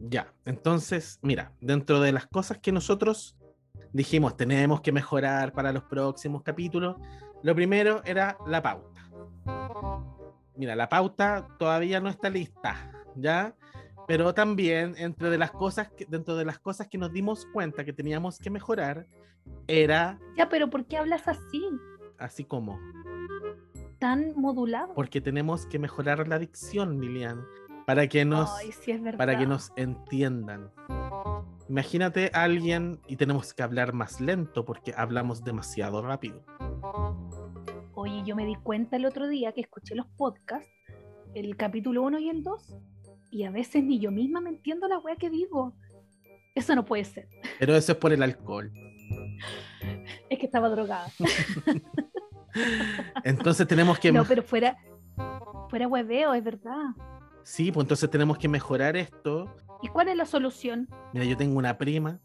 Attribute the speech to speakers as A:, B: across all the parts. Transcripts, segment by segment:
A: Ya, entonces, mira, dentro de las cosas que nosotros dijimos tenemos que mejorar para los próximos capítulos, lo primero era la pauta. Mira, la pauta todavía no está lista, ¿ya? Pero también entre de las cosas que, dentro de las cosas que nos dimos cuenta que teníamos que mejorar era
B: Ya, pero ¿por qué hablas así?
A: así como
B: Tan modulado.
A: porque tenemos que mejorar la dicción, Lilian, para que nos
B: Ay, sí es verdad.
A: para que nos entiendan. Imagínate a alguien y tenemos que hablar más lento porque hablamos demasiado rápido.
B: Oye, yo me di cuenta el otro día que escuché los podcasts, el capítulo 1 y el 2, y a veces ni yo misma me entiendo la wea que digo. Eso no puede ser.
A: Pero eso es por el alcohol.
B: Es que estaba drogada.
A: Entonces tenemos que
B: No,
A: mej-
B: pero fuera fuera hueveo, es verdad.
A: sí, pues entonces tenemos que mejorar esto.
B: ¿Y cuál es la solución?
A: Mira, yo tengo una prima,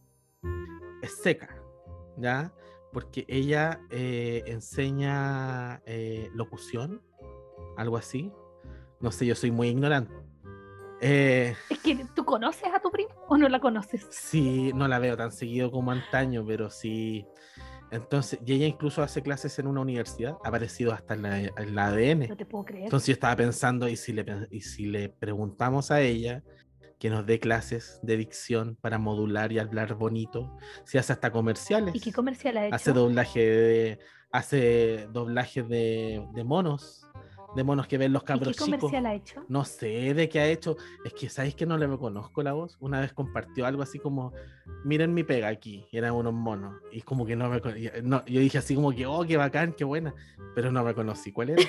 A: es seca, ¿ya? Porque ella eh, enseña eh, locución, algo así. No sé, yo soy muy ignorante. Eh,
B: Es que tú conoces a tu prima o no la conoces.
A: sí, no la veo tan seguido como antaño, pero sí. Entonces, y ella incluso hace clases en una universidad, ha aparecido hasta en la, en la ADN.
B: No te puedo creer.
A: Entonces yo estaba pensando, ¿y si, le, pe- y si le preguntamos a ella que nos dé clases de dicción para modular y hablar bonito? Si hace hasta comerciales.
B: ¿Y qué comercial ha hecho?
A: hace doblaje de. Hace doblaje de, de monos. De monos que ven los
B: ¿Y
A: cabros
B: qué
A: chicos.
B: comercial ha hecho?
A: No sé de qué ha hecho. Es que sabéis que no le reconozco la voz. Una vez compartió algo así como, miren mi pega aquí. Y eran unos monos. Y como que no me con- y- eh, no, Yo dije así como que, oh, qué bacán, qué buena. Pero no reconocí cuál era.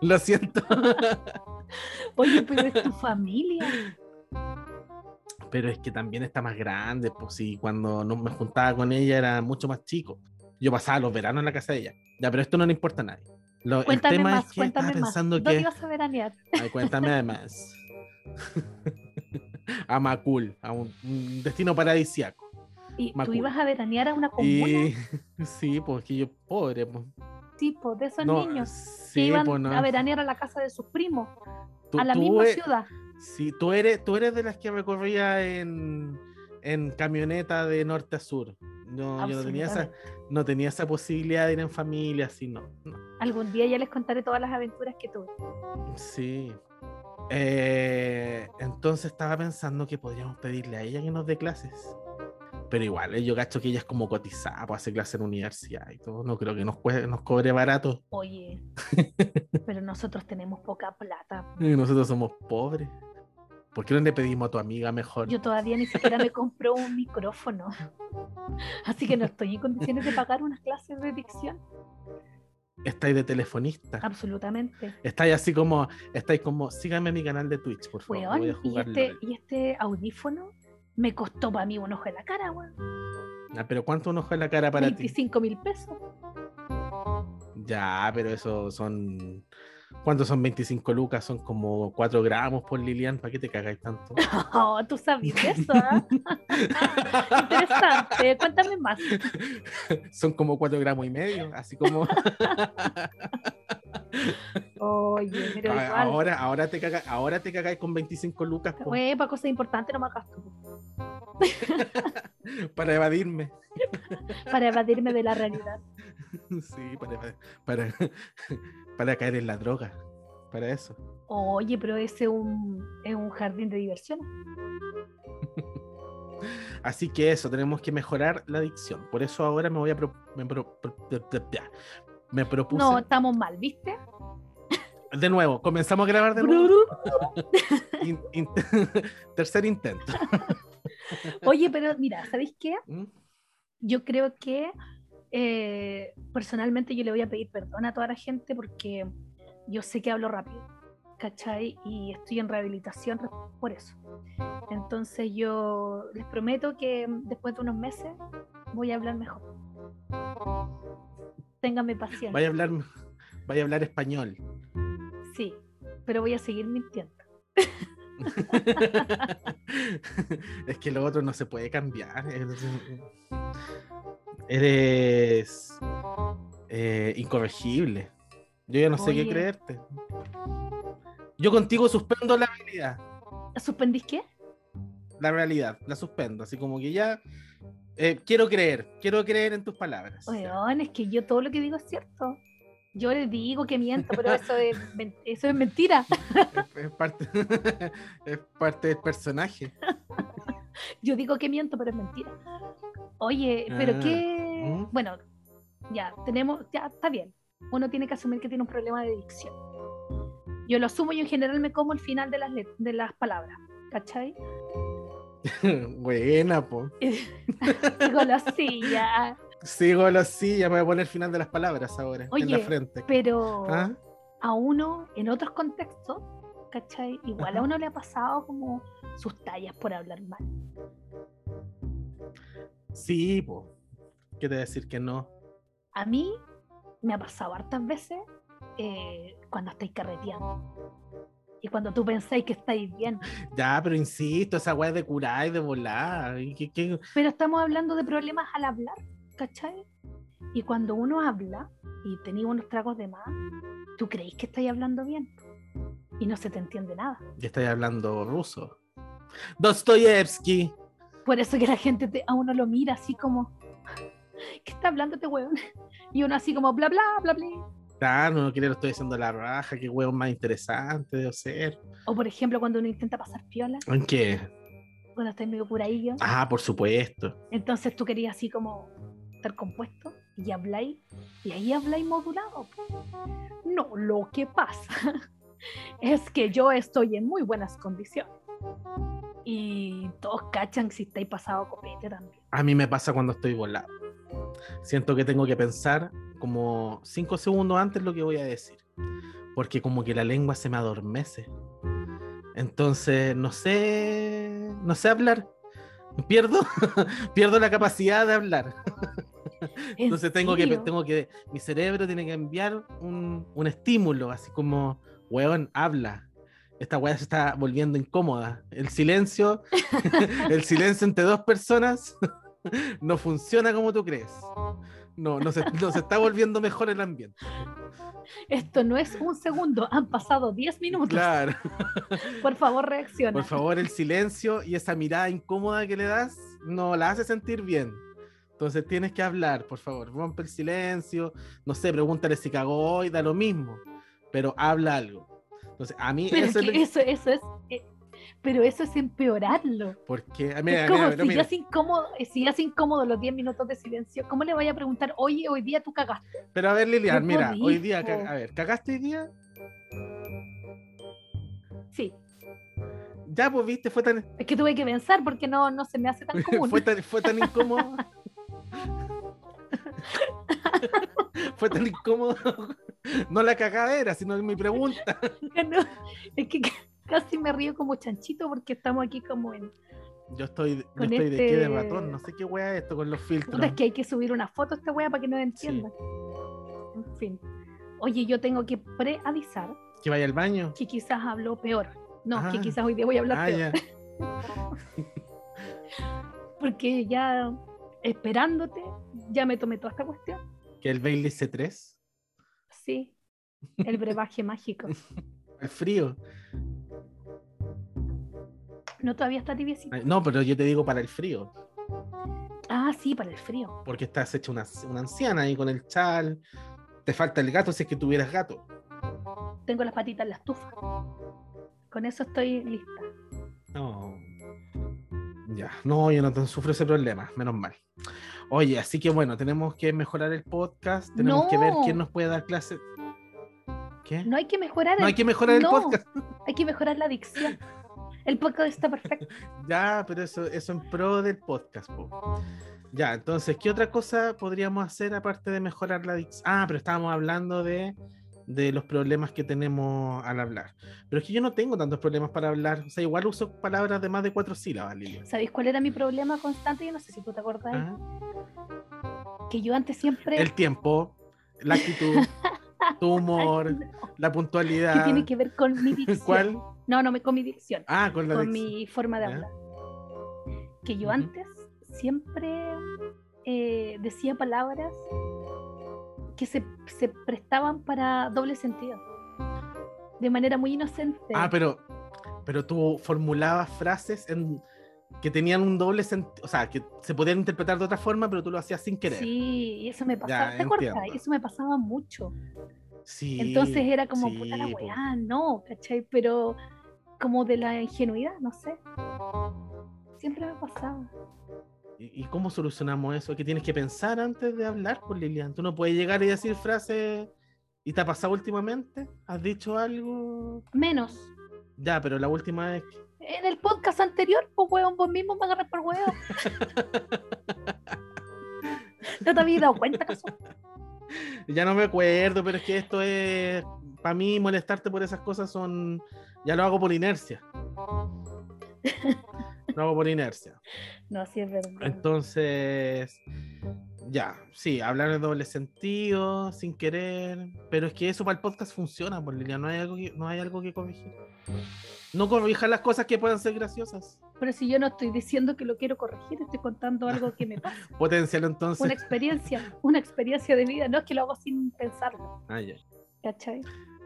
A: Lo siento.
B: Oye, pero es tu familia.
A: Pero es que también está más grande. Pues sí, cuando no me juntaba con ella era mucho más chico. Yo pasaba los veranos en la casa de ella. Ya, pero esto no le importa a nadie. Lo- el
B: Cuéntame
A: tema
B: más,
A: es que estaba
B: cuéntame más.
A: pensando
B: ¿Dónde
A: que...
B: ibas a veranear?
A: Ay, cuéntame además. a Macul, a un, un destino paradisiaco.
B: ¿Y tú
A: Macul.
B: ibas a veranear a una comuna?
A: Y sí, porque yo pobre, pues.
B: tipo de esos
A: No,
B: niños que
A: sí,
B: iban
A: pues, no.
B: a veranear a la casa de sus primos,
A: Tú-
B: a la
A: tú
B: misma
A: e-
B: ciudad.
A: sí, tú eres, tú eres de las que recorría en, en camioneta de norte a sur. No, yo no tenía esa,
B: Absolutamente.
A: no tenía esa posibilidad de ir en familia, así no. no.
B: Algún día ya les contaré todas las aventuras que tuve.
A: Sí. Eh, entonces estaba pensando que podríamos pedirle a ella que nos dé clases. Pero igual, eh, yo gasto que ella es como cotizada, pues hace clases en universidad y todo. No creo que nos, cue- nos cobre barato.
B: Oye, pero nosotros tenemos poca plata.
A: Y Nosotros somos pobres. ¿Por qué no le pedimos a tu amiga mejor?
B: Yo todavía ni siquiera me compro un micrófono. Así que no estoy en condiciones de pagar unas clases de dicción.
A: Estáis de
B: Ah.
A: telefonista.
B: Absolutamente.
A: Estáis así como, estáis como, síganme en mi canal de Twitch, por favor.
B: Weón,
A: voy a
B: y
A: jugar
B: este,
A: LOL".
B: y este audífono me costó para mí un ojo en la cara, weón.
A: Ah, pero ¿cuánto un ojo en la cara para ti?
B: 25 mil pesos.
A: Ya, pero eso son. ¿Cuántos son 25 lucas? Son como 4 gramos por Lilian. ¿Para qué te cagáis tanto?
B: Oh, tú sabías eso, ¿ah? Interesante. Cuéntame más.
A: son como 4 gramos y medio. Así como.
B: Oye, pero
A: a-
B: igual.
A: Ah, ahora, ahora te caga- ahora te cagáis con 25 lucas po,
B: Güey, para cosas importantes no me hagas tú.
A: para evadirme.
B: Para evadirme de la realidad.
A: Sí, para, eva- para, para caer en la droga. Para eso.
B: Oye, pero ese es un, es un jardín de diversión.
A: Así que eso, tenemos que mejorar la adicción. Por eso ahora me voy a. pro- me, pro- pro- me propuse.
B: No, estamos mal, ¿viste?
A: De nuevo, comenzamos a grabar de nuevo.
B: Brurú.
A: In- in- tercer intento.
B: Oye, pero mira, ¿sabéis qué?
A: ¿Mm?
B: Yo creo que eh, personalmente yo le voy a pedir perdón a toda la gente porque yo sé que hablo rápido, ¿cachai? Y estoy en rehabilitación re- por eso. Entonces yo les prometo que mm, después de unos meses voy a hablar mejor. Ténganme paciencia.
A: Vaya a hablar, vaya a hablar español.
B: Sí, pero voy a seguir mintiendo.
A: es que lo otro no se puede cambiar. Es- Eres eh, incorregible. Yo ya no sé qué
B: Oye.
A: creerte. Yo contigo suspendo la habilidad.
B: ¿Suspendís qué?
A: la realidad, la suspendo, así como que ya eh, quiero creer, quiero creer en tus palabras.
B: Weón, es que yo todo lo que digo es cierto. Yo les digo que miento, pero eso es, men- eso es mentira.
A: Es, es parte, es parte del personaje.
B: Yo digo que miento, pero es mentira. Oye, pero
A: Ah,
B: qué...
A: ¿mm?
B: Bueno, ya, tenemos, ya está bien. Uno tiene que asumir que tiene un problema de dicción. Yo lo asumo y en general me como el final de las, let- de las palabras. ¿Cachai?
A: Buena, po.
B: Golosilla.
A: Sigo los sí, ya me voy a poner final de las palabras ahora, en la
B: Oye,
A: frente.
B: Pero
A: ¿Ah?
B: a uno, en otros contextos, ¿cachai? Igual a
A: Ajá.
B: uno le ha pasado como sus tallas por hablar mal.
A: Sí, po. ¿Qué te decir que no?
B: A mí me ha pasado hartas veces eh, cuando estáis carreteando. Y cuando tú pensáis que estáis bien.
A: Ya, pero insisto, esa weá es de curar y de volar. y que- que-
B: Pero estamos hablando de problemas al hablar, ¿cachai? Y cuando uno habla y tenéis unos tragos de más, tú creéis que estáis hablando bien. Y no se te entiende nada.
A: Ya estoy hablando ruso. Dostoyevsky.
B: Por eso que la gente te- a uno lo mira así como, ¿qué está hablando este weón? Y uno así como, bla, bla, bla, bla.
A: Claro, no quiero, estoy diciendo la raja, qué huevo más interesante debo ser.
B: O por ejemplo, cuando uno intenta pasar piola,
A: ¿En qué?
B: cuando estáis medio curadillo,
A: Ah, por supuesto.
B: entonces tú querías así como estar compuesto y habláis, y ahí habláis modulado. po. No, lo que pasa es que yo estoy en muy buenas condiciones. Y todos cachan si estáis pasado copete también.
A: A mí me pasa cuando estoy volado. Siento que tengo que pensar como cinco segundos antes lo que voy a decir. Porque como que la lengua se me adormece. Entonces, no sé, no sé hablar. Pierdo, pierdo la capacidad de hablar.
B: ¿En
A: Entonces tengo que,
B: serio?
A: tengo que, mi cerebro tiene que enviar un, un estímulo, así como, weón, habla. Esta weá se está volviendo incómoda. El silencio, el silencio entre dos personas no funciona como tú crees. No, no se, no se está volviendo mejor el ambiente.
B: Esto no es un segundo, han pasado 10 minutos.
A: Claro.
B: Por favor, reacciona.
A: Por favor, el silencio y esa mirada incómoda que le das no la hace sentir bien. Entonces tienes que hablar, por favor. Rompe el silencio. No sé, pregúntale si cagó hoy, da lo mismo. Pero habla algo. Entonces, a mí
B: Pero
A: eso es lo
B: que
A: que-
B: eso, eso es. eh, pero eso es empeorarlo.
A: Porque, ah, mira,
B: es como
A: mira, mira,
B: si, ya
A: mira.
B: es incómodo, eh, si ya es incómodo los 10 minutos de silencio, ¿cómo le vaya a preguntar, oye, hoy día tú cagaste?
A: Pero a ver, Lilian,
B: No
A: mira,
B: podís,
A: hoy día,
B: po.
A: ca- a ver, ¿cagaste hoy día?
B: Sí,
A: Ya, pues viste, fue tan,
B: es que tuve que pensar porque no, no se me hace tan común.
A: fue tan, fue tan incómodo. fue tan incómodo. No la cagadera, sino mi pregunta.
B: Que no- es que ca- casi me río como chanchito porque estamos aquí como en.
A: Yo estoy, yo
B: Con
A: estoy de qué de
B: este-
A: ratón, no sé qué weá es esto con los filtros.
B: Puta, es que hay que subir una foto a esta wea para que nos entienda. En fin. Oye, yo tengo que preavisar
A: Que vaya al baño.
B: que quizás hablo peor. No, que
A: Ah.
B: quizás hoy día voy a hablar
A: Ah,
B: peor.
A: ya.
B: porque ya esperándote, ya me tomé toda esta cuestión.
A: Que el Bailey C3.
B: Sí, el brebaje mágico.
A: El frío.
B: No, todavía está tibiecito.
A: Ay, No, pero yo te digo para el frío.
B: Ah, sí, para el frío.
A: Porque estás hecha una, una anciana ahí con el chal. Te falta el gato si es que tuvieras gato.
B: Tengo las patitas en la estufa. Con eso estoy lista.
A: No. Ya. No, yo no tan sufro ese problema. Menos mal. Oye, así que bueno, tenemos que mejorar el podcast. Tenemos que ver
B: No.
A: quién nos puede dar clases. ¿Qué?
B: No hay que mejorar,
A: No hay
B: el-
A: que mejorar el
B: no.
A: podcast.
B: hay que mejorar la dicción. El podcast está perfecto.
A: Ya, pero eso, eso en pro del podcast. po. Ya, entonces, ¿qué otra cosa podríamos hacer aparte de mejorar la dicción? Ah, pero estábamos hablando de, de los problemas que tenemos al hablar. Pero es que yo no tengo tantos problemas para hablar. O sea, igual uso palabras de más de cuatro sílabas, Lilian.
B: ¿Sabéis cuál era mi problema constante? Yo no sé si tú te acordás.
A: Ah,
B: Que yo antes siempre...
A: El tiempo, la actitud, tu humor, la
B: que
A: puntualidad.
B: tiene que ver con mi dicción.
A: ¿Cuál?
B: No, no, me- con mi dicción.
A: Ah, con la
B: con
A: dicción.
B: mi forma de
A: ¿Ya?
B: hablar. Que yo
A: Ujú.
B: antes siempre eh, decía palabras que se, se prestaban para doble sentido. De manera muy inocente.
A: Ah, pero, pero tú formulabas frases en, que tenían un doble sentido, o sea, que se podían interpretar de otra forma, pero tú lo hacías sin querer.
B: Sí, y eso me pasaba.
A: Ya,
B: ¿Te acuerdas?
A: entiendo.
B: Eso me pasaba mucho.
A: Sí,
B: Entonces e era como, puta la
A: sí, po.
B: weá, no, ¿cachai? Pero como de la ingenuidad, no sé. Siempre me pasaba.
A: ¿Y y cómo solucionamos eso? Que tienes que pensar antes de hablar, por Lilian. Tú no puedes llegar y decir frases. ¿Y te ha pasado últimamente? ¿Has dicho algo?
B: Menos.
A: Ya, pero la última vez. que-
B: En el podcast anterior, pues weón, vos mismo me agarras por weón. ¿No te habías dado cuenta, acaso?
A: Ya no me acuerdo, pero es que esto es. Para mí, molestarte por esas cosas son. Ya lo hago por inercia. Lo hago por inercia.
B: No, sí es verdad.
A: Entonces, ya, sí, hablar de doble sentido, sin querer, pero es que eso para el podcast funciona, por Lilia, no hay algo que, no hay algo que corregir. No corrijar las cosas que puedan ser graciosas.
B: Pero si yo no estoy diciendo que lo quiero corregir, estoy contando algo que me pasa.
A: Potencial
B: Una
A: entonces.
B: experiencia, una experiencia de vida. No es que lo hago sin pensarlo,
A: Ah, ya,
B: ¿cachai?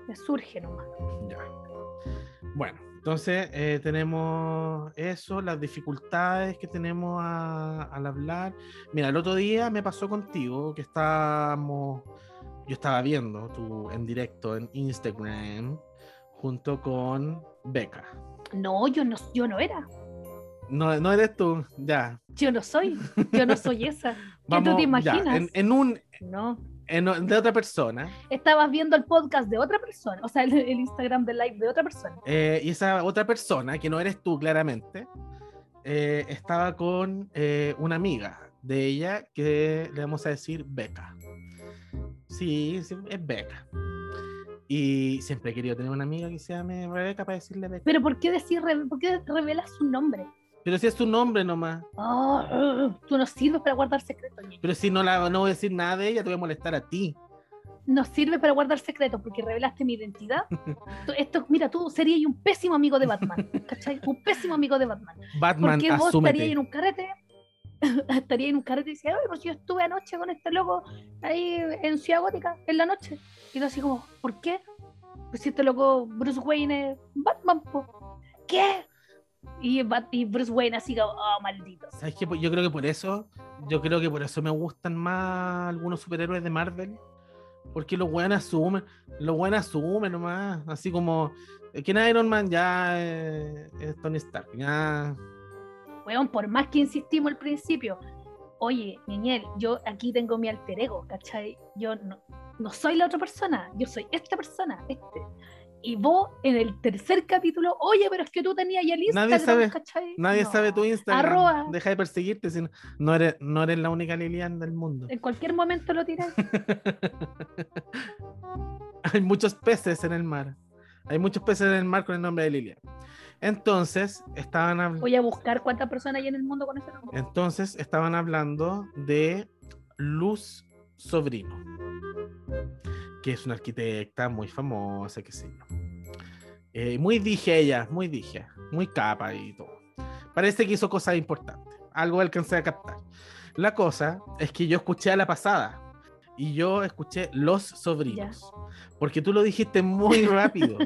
B: Me surge nomás.
A: ya. Bueno, entonces eh, tenemos eso, las dificultades que tenemos a- al hablar. Mira, el otro día me pasó contigo que estábamos, yo estaba viendo tu en directo en Instagram junto con Beca.
B: No, yo no, yo no era.
A: No, no eres tú, ya.
B: Yo no soy. Yo no soy esa. ¿Qué tú
A: ya,
B: te imaginas?
A: en, en un,
B: No.
A: en o- de otra persona.
B: Estabas viendo el podcast de otra persona, o sea, el, el Instagram de live de otra persona.
A: eh, y esa otra persona, que no eres tú claramente, eh, estaba con eh, una amiga de ella que le vamos a decir Beca. Sí, sí, es Beca. Y siempre he querido tener una amiga que se llame Rebeca para decirle Beca.
B: Pero ¿por qué decir, re- por qué revelas su nombre?
A: Pero si es tu nombre nomás.
B: Ah, ah, tú no sirves para guardar secretos. ñe.
A: Pero si no, la, no voy a decir nada de ella, te voy a molestar a ti.
B: No sirves para guardar secretos porque revelaste mi identidad. Tú- Esto, mira, tú serías un pésimo amigo de Batman, ¿cachai? Un pésimo amigo de Batman.
A: Batman,
B: Porque vos estarías
A: asúmete.
B: en un carrete, estarías en un carrete y decías, oye, pues yo estuve anoche con este loco ahí en Ciudad Gótica, en la noche. Y tú así como, ¿por qué? Pues si este loco Bruce Wayne es Batman, po. ¿qué? Y, Bat- y Bruce Wayne así como, oh, maldito.
A: ¿Sabes qué? Yo creo que por eso, yo creo que por eso me gustan más algunos superhéroes de Marvel. Porque los buenos asumen, los buenos asumen nomás. Así como, eh, ¿quién es Iron Man? Ya eh, es Tony Stark. Ya.
B: Weón, por más que insistimos al principio, oye, Niñel, yo aquí tengo mi alter ego, ¿cachai? Yo no, no soy la otra persona, yo soy esta persona, este. Y vos en el tercer capítulo, oye, pero es que tú tenías ya el
A: Nadie
B: Instagram,
A: sabe-
B: ¿cachai?
A: Nadie
B: No.
A: sabe tu Instagram.
B: Arroba.
A: Deja de perseguirte. Si no, no eres, no eres la única Lilian del mundo.
B: En cualquier momento lo tiras.
A: Hay muchos peces en el mar. Hay muchos peces en el mar con el nombre de Lilian. Entonces, estaban hablando.
B: Voy a buscar cuántas personas hay en el mundo con ese nombre.
A: Entonces estaban hablando de Luz Sobrino, que es una arquitecta muy famosa, que sé yo. Eh, muy dije ella, muy dije, muy capa y todo. Parece que hizo cosas importantes, algo alcancé a captar. La cosa es que yo escuché a la pasada y yo escuché Los Sobrinos, porque tú lo dijiste muy rápido.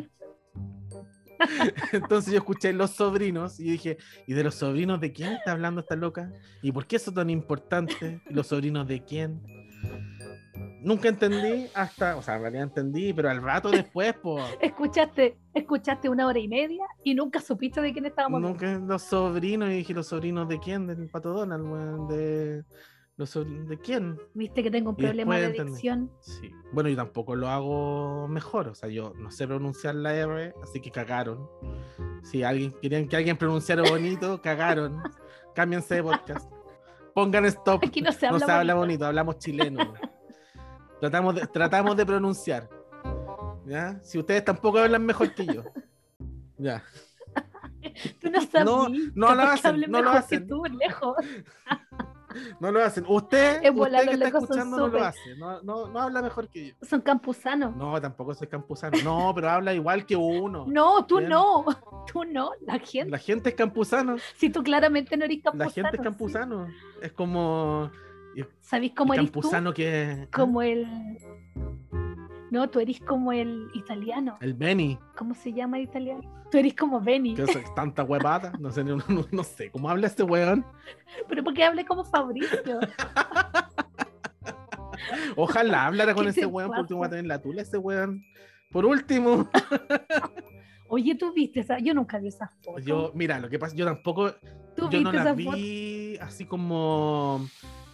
A: Entonces yo escuché Los Sobrinos y dije, ¿Y de los sobrinos de quién está hablando esta loca? ¿Y por qué eso tan importante? ¿Los sobrinos de quién? Nunca entendí hasta, o sea, en realidad entendí, pero al rato después, pues,
B: Escuchaste, escuchaste una hora y media y nunca supiste de quién estábamos hablando.
A: nunca los sobrinos, y dije, ¿los sobrinos de quién? Del Pato Donald, weón, de... ¿Los sobrinos de quién?
B: Viste que tengo un
A: Y después
B: problema de
A: entendí.
B: adicción.
A: Sí. Bueno, yo tampoco lo hago mejor, o sea, yo no sé pronunciar la R, así que cagaron. Si alguien querían que alguien pronunciara bonito, cagaron. Cámbiense de podcast. Pongan stop.
B: Aquí no se
A: No
B: habla.
A: se habla
B: bonito.
A: bonito, hablamos chileno. tratamos, de, tratamos de pronunciar. ¿Ya? Si ustedes tampoco hablan mejor que yo. Ya.
B: Tú no sabes.
A: No, no lo
B: capaz que
A: hacen,
B: hablen
A: no lo
B: mejor que
A: hacen.
B: tú, lejos.
A: No lo hacen. Usted,
B: En volar
A: usted que
B: los
A: está
B: locos son
A: escuchando no lo
B: súper.
A: hace. No, no, no habla mejor que yo.
B: Son campusanos.
A: No, tampoco soy campusano. No, pero habla igual que uno.
B: No, tú
A: Bien.
B: no. Tú no, la gente.
A: La gente es campusano.
B: Si tú claramente no eres campusano.
A: La gente es campusano. Es como.
B: sí. ¿Sabís cómo eres tú?
A: Ah. campusano que.
B: Como el. No, tú eres como el italiano.
A: El Benny,
B: ¿Cómo se llama el italiano? Tú eres como Benny.
A: que es tanta huevada, no sé, no, no- no sé cómo habla este weón.
B: Pero porque hablé como Fabricio.
A: Ojalá hablara con
B: ¿Qué
A: este
B: te
A: weón, por
B: pasa?
A: último va a tener la tula este weón. Por último,
B: Oye, tú viste esa. Yo nunca vi esas fotos.
A: yo, mira, lo que pasa, yo tampoco, yo
B: ¿Tú viste
A: no la
B: esas fotos?
A: vi así como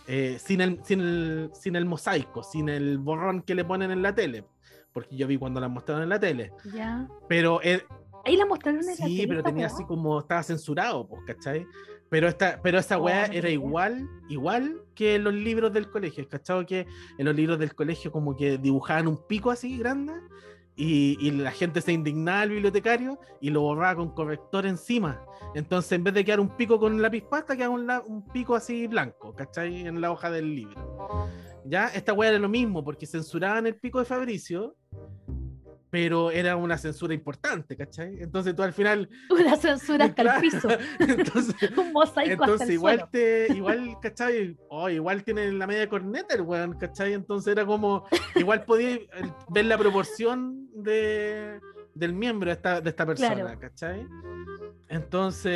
A: eh, sin, el, sin, el, sin el mosaico, sin el borrón que le ponen en la tele, porque yo vi cuando la mostraron en la tele,
B: Ya.
A: pero eh,
B: Ahí la mostraron en la
A: sí,
B: tele,
A: pero
B: esa
A: tenía
B: weá.
A: así como, estaba censurado, pues, ¿cachai? Pero, esta, pero esa
B: Oh,
A: weá
B: no
A: era
B: tenía idea.
A: igual, igual que en los libros del colegio, ¿cachai? Que en los libros del colegio como que dibujaban un pico así grande y, y la gente se indignaba al bibliotecario y lo borraba con corrector encima. Entonces en vez de quedar un pico con lápiz pasta, quedaba un, la- un pico así blanco, ¿cachai? En la hoja del libro. Ya, esta weá era lo mismo porque censuraban el pico de Fabricio. Pero era una censura importante, ¿cachai? Entonces tú al final
B: Una censura hasta
A: Claro.
B: el piso.
A: Entonces,
B: Un mosaico hasta
A: entonces
B: el
A: igual
B: suelo.
A: te, igual, ¿cachai? Oh, igual tiene la media corneta el weón, ¿cachai? Entonces era como, igual podía eh, ver la proporción de, del miembro de esta, de esta persona,
B: Claro.
A: ¿cachai? Entonces,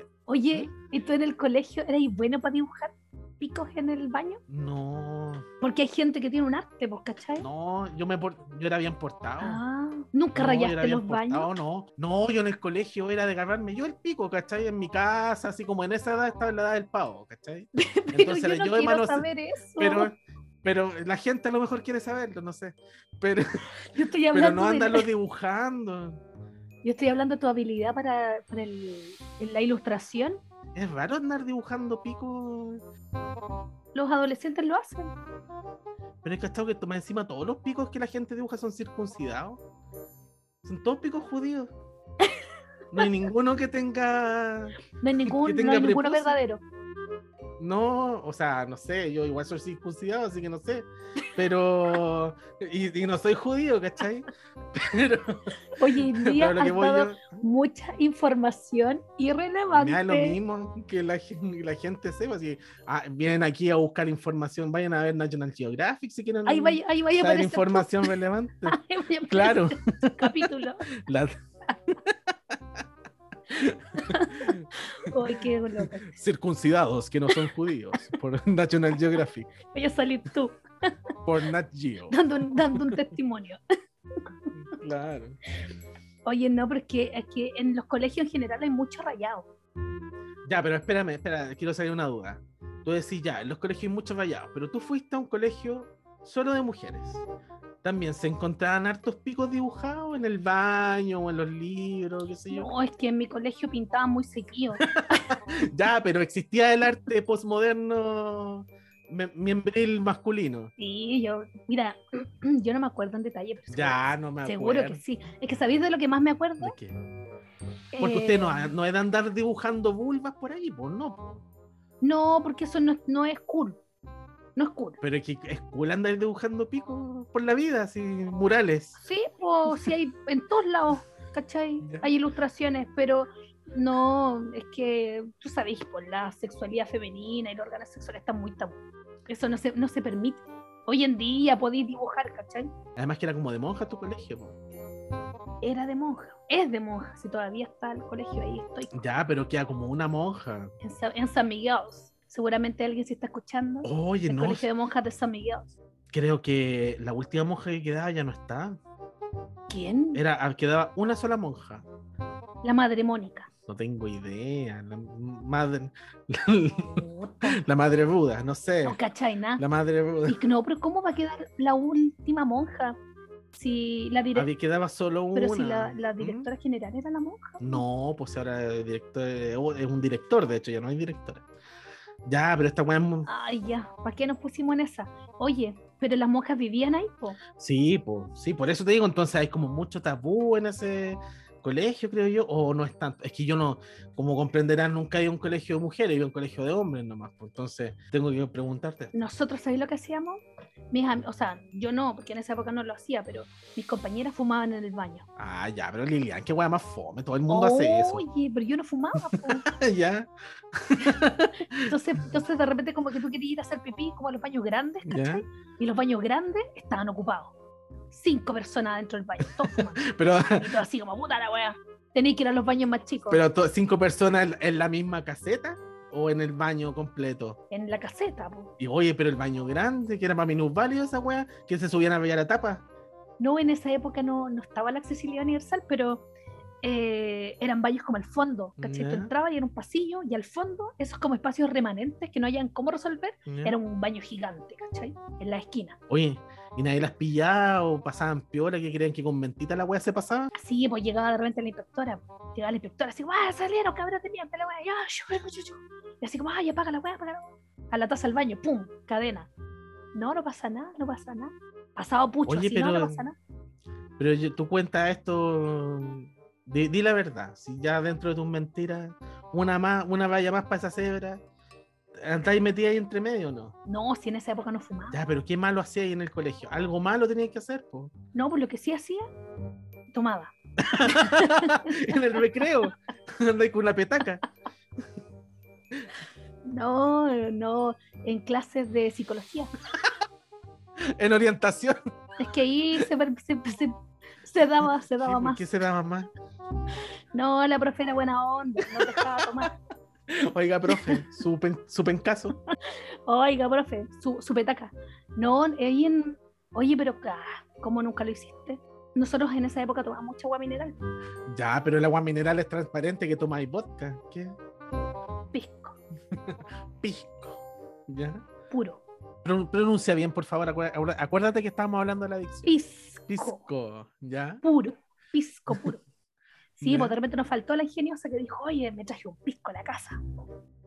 A: ¿eh?
B: Oye, ¿y tú en el colegio eras bueno para dibujar picos en el baño?
A: no,
B: Porque hay gente que tiene un arte, ¿vos cachai?
A: no, yo me por- yo era bien portado.
B: Ah, nunca
A: No, yo era
B: rayaste
A: bien
B: los baños.
A: portado, no. No, yo en el colegio era de agarrarme yo el pico, ¿cachai? En mi casa, así como en esa edad estaba la edad del pavo, ¿cachai?
B: Pero
A: Entonces
B: yo
A: era
B: no
A: yo de
B: quiero
A: manos-
B: saber eso.
A: Pero, pero la gente a lo mejor quiere saberlo, no sé. Pero,
B: yo, estoy
A: pero
B: hablando
A: no
B: de-
A: andarlo dibujando.
B: yo estoy hablando de tu habilidad para, para el- en la ilustración.
A: Es raro andar dibujando pico.
B: Los adolescentes lo hacen.
A: Pero es cachado que toma encima todos los picos que la gente dibuja son circuncidados. Son todos picos judíos. No hay ninguno que tenga.
B: No hay, ningún, no
A: tenga
B: hay
A: prepucio.
B: ninguno verdadero.
A: No, o sea, no sé, yo igual soy circuncidado, así que no sé. Pero. Y, y no soy judío, ¿cachai? Pero,
B: Hoy en día
A: pero lo que
B: has
A: voy
B: dado
A: yo.
B: mucha información irrelevante.
A: Pues Me da lo mismo que la, gen- la gente sepa. Si ah, vienen aquí a buscar información, vayan a ver National Geographic si quieren
B: Ahí vaya, ahí vaya a
A: saber
B: aparecer tu-
A: información relevante.
B: ahí vaya a aparecer
A: claro.
B: tu capítulo.
A: La
B: Ay, qué loca.
A: circuncidados que no son judíos por National Geographic,
B: Voy a salir tú
A: por Nat Geo.
B: dando un, dando un testimonio.
A: Claro.
B: Oye, no, pero es que, es que en los colegios en general hay mucho rayado.
A: Ya, pero espérame, espérame, quiero salir una duda. Tú decís, ya, en los colegios hay muchos rayados, pero tú fuiste a un colegio solo de mujeres. También se encontraban hartos picos dibujados en el baño o en los libros, qué sé yo.
B: No, es que en mi colegio pintaba muy seguido.
A: Ya, pero existía el arte postmoderno mie- miembril masculino.
B: Sí, yo, mira, yo no me acuerdo en detalle, pero
A: Ya, no me acuerdo.
B: seguro que sí. Es que sabéis de lo que más me acuerdo. Eh,
A: ¿De qué? Porque usted no, ha- no es de andar dibujando vulvas por ahí, pues no. po.
B: No, porque eso no, no es cool. No es cool.
A: Pero es que es cool andar dibujando picos por la vida, así, murales.
B: Sí, o si hay en todos lados, ¿cachai?
A: Ya.
B: Hay ilustraciones, pero no, es que tú sabes, por la sexualidad femenina y los órganos sexuales están muy tabú. Eso no se, no se permite. Hoy en día podéis dibujar, ¿cachai?
A: Además que era como de monja tu colegio. po.
B: Era de monja, es de monja, si todavía está el colegio, ahí estoy,
A: Ya, pero queda como una monja.
B: en, Sa- en San Miguel. Seguramente alguien se está escuchando.
A: Oye,
B: el
A: no,
B: colegio de monjas de San Miguel.
A: creo que la última monja que quedaba ya no está.
B: ¿Quién?
A: Era, ah, quedaba una sola monja.
B: La madre Mónica.
A: No tengo idea. La madre,
B: Puta,
A: la madre Buda, no sé.
B: No, ¿cachai? Nada.
A: Eh, La madre Buda.
B: Y no, pero ¿cómo va a quedar la última monja? Si la directora,
A: Había quedaba solo una.
B: pero si la, la
A: ¿Mm?
B: directora general era la monja.
A: No, pues ahora el director es es un director, de hecho, ya no hay directora. Ya, pero esta weá es mu-
B: Ay, ya, ¿para qué nos pusimos en esa? Oye, pero las monjas vivían ahí, po.
A: Sí, po, sí, por eso te digo, entonces hay como mucho tabú en ese colegio, creo yo, o no es tanto. Es que yo no, como comprenderás, nunca he ido a un colegio de mujeres, he ido a un colegio de hombres nomás, pues, entonces tengo que preguntarte.
B: Nosotros, ¿sabéis lo que hacíamos? Mis am- o sea, yo no, porque en esa época no lo hacía, pero mis compañeras fumaban en el baño.
A: Ah, ya, pero Lilian, qué weá más fome, todo el mundo hace eso.
B: Oye, pero yo no fumaba, po.
A: ya,
B: Entonces, entonces de repente como que tú querías ir a hacer pipí como a los baños grandes,
A: ya.
B: ¿cachai? Y los baños grandes estaban ocupados. cinco personas dentro del baño, todos fumando.
A: Pero,
B: Y todo así como, puta la wea. Tenéis que ir a los baños más chicos.
A: pero to- cinco personas en- en la misma caseta o en el baño completo.
B: En la caseta, po.
A: Y oye, pero el baño grande, que era para minusválido esa wea, que se subían a bailar a tapa.
B: No, en esa época no, no estaba la accesibilidad universal, pero eh, eran baños como al fondo. ¿Cachai? Tú
A: Ya.
B: entrabas y era un pasillo, y al fondo, esos como espacios remanentes que no hayan cómo resolver,
A: ¿ya?
B: era un baño gigante, ¿cachai? En la esquina.
A: Oye, y nadie las pillaba o pasaban piola que creían que con mentita la wea se pasaba.
B: Así, pues llegaba de repente la inspectora. Llegaba la inspectora, así, ¡ah, salieron, cabrón de mierda, la wea! ya, shu, shu, shu, shu". Y así como, ¡ay, apaga la wea, apaga la wea! A la taza al baño, ¡pum! Cadena. No, no pasa nada, no pasa nada. Pasado pucho,
A: Oye,
B: así, no, no
A: pero-
B: pasa nada.
A: Pero yo- tú cuentas esto, di, di la verdad, si ya dentro de tus mentiras, una más, una valla más para esa cebra, andáis metida ahí entre medio o no.
B: No, si en esa época no fumaba.
A: Ya, pero qué malo hacías ahí en el colegio. Algo malo tenías que hacer, po.
B: No, pues lo que sí hacía, tomaba.
A: en el recreo. Andáis con una petaca.
B: No, no, en clases de psicología.
A: En orientación.
B: Es que ahí se, per- se, se- se daba, se
A: Sí,
B: daba
A: ¿por
B: más.
A: ¿Qué se da mamá?
B: No, la profe era buena onda, no dejaba tomar.
A: Oiga, profe, su, pen- su pencaso.
B: Oiga, profe, su, su petaca. No, ahí en. Oye, pero ah, ¿cómo nunca lo hiciste? Nosotros en esa época tomábamos mucha agua mineral,
A: Ya, pero el agua mineral es transparente que tomáis vodka. ¿Qué?
B: pisco,
A: Pisco. ¿Ya?
B: puro,
A: Pro- Pronuncia bien, por favor. acuer- acuer- Acuérdate que estábamos hablando de la adicción.
B: pisco,
A: Pisco. ¿Ya?
B: puro, pisco puro. Sí,
A: Ya.
B: pues de repente nos faltó la ingeniosa que dijo, oye, me traje un pisco a la casa.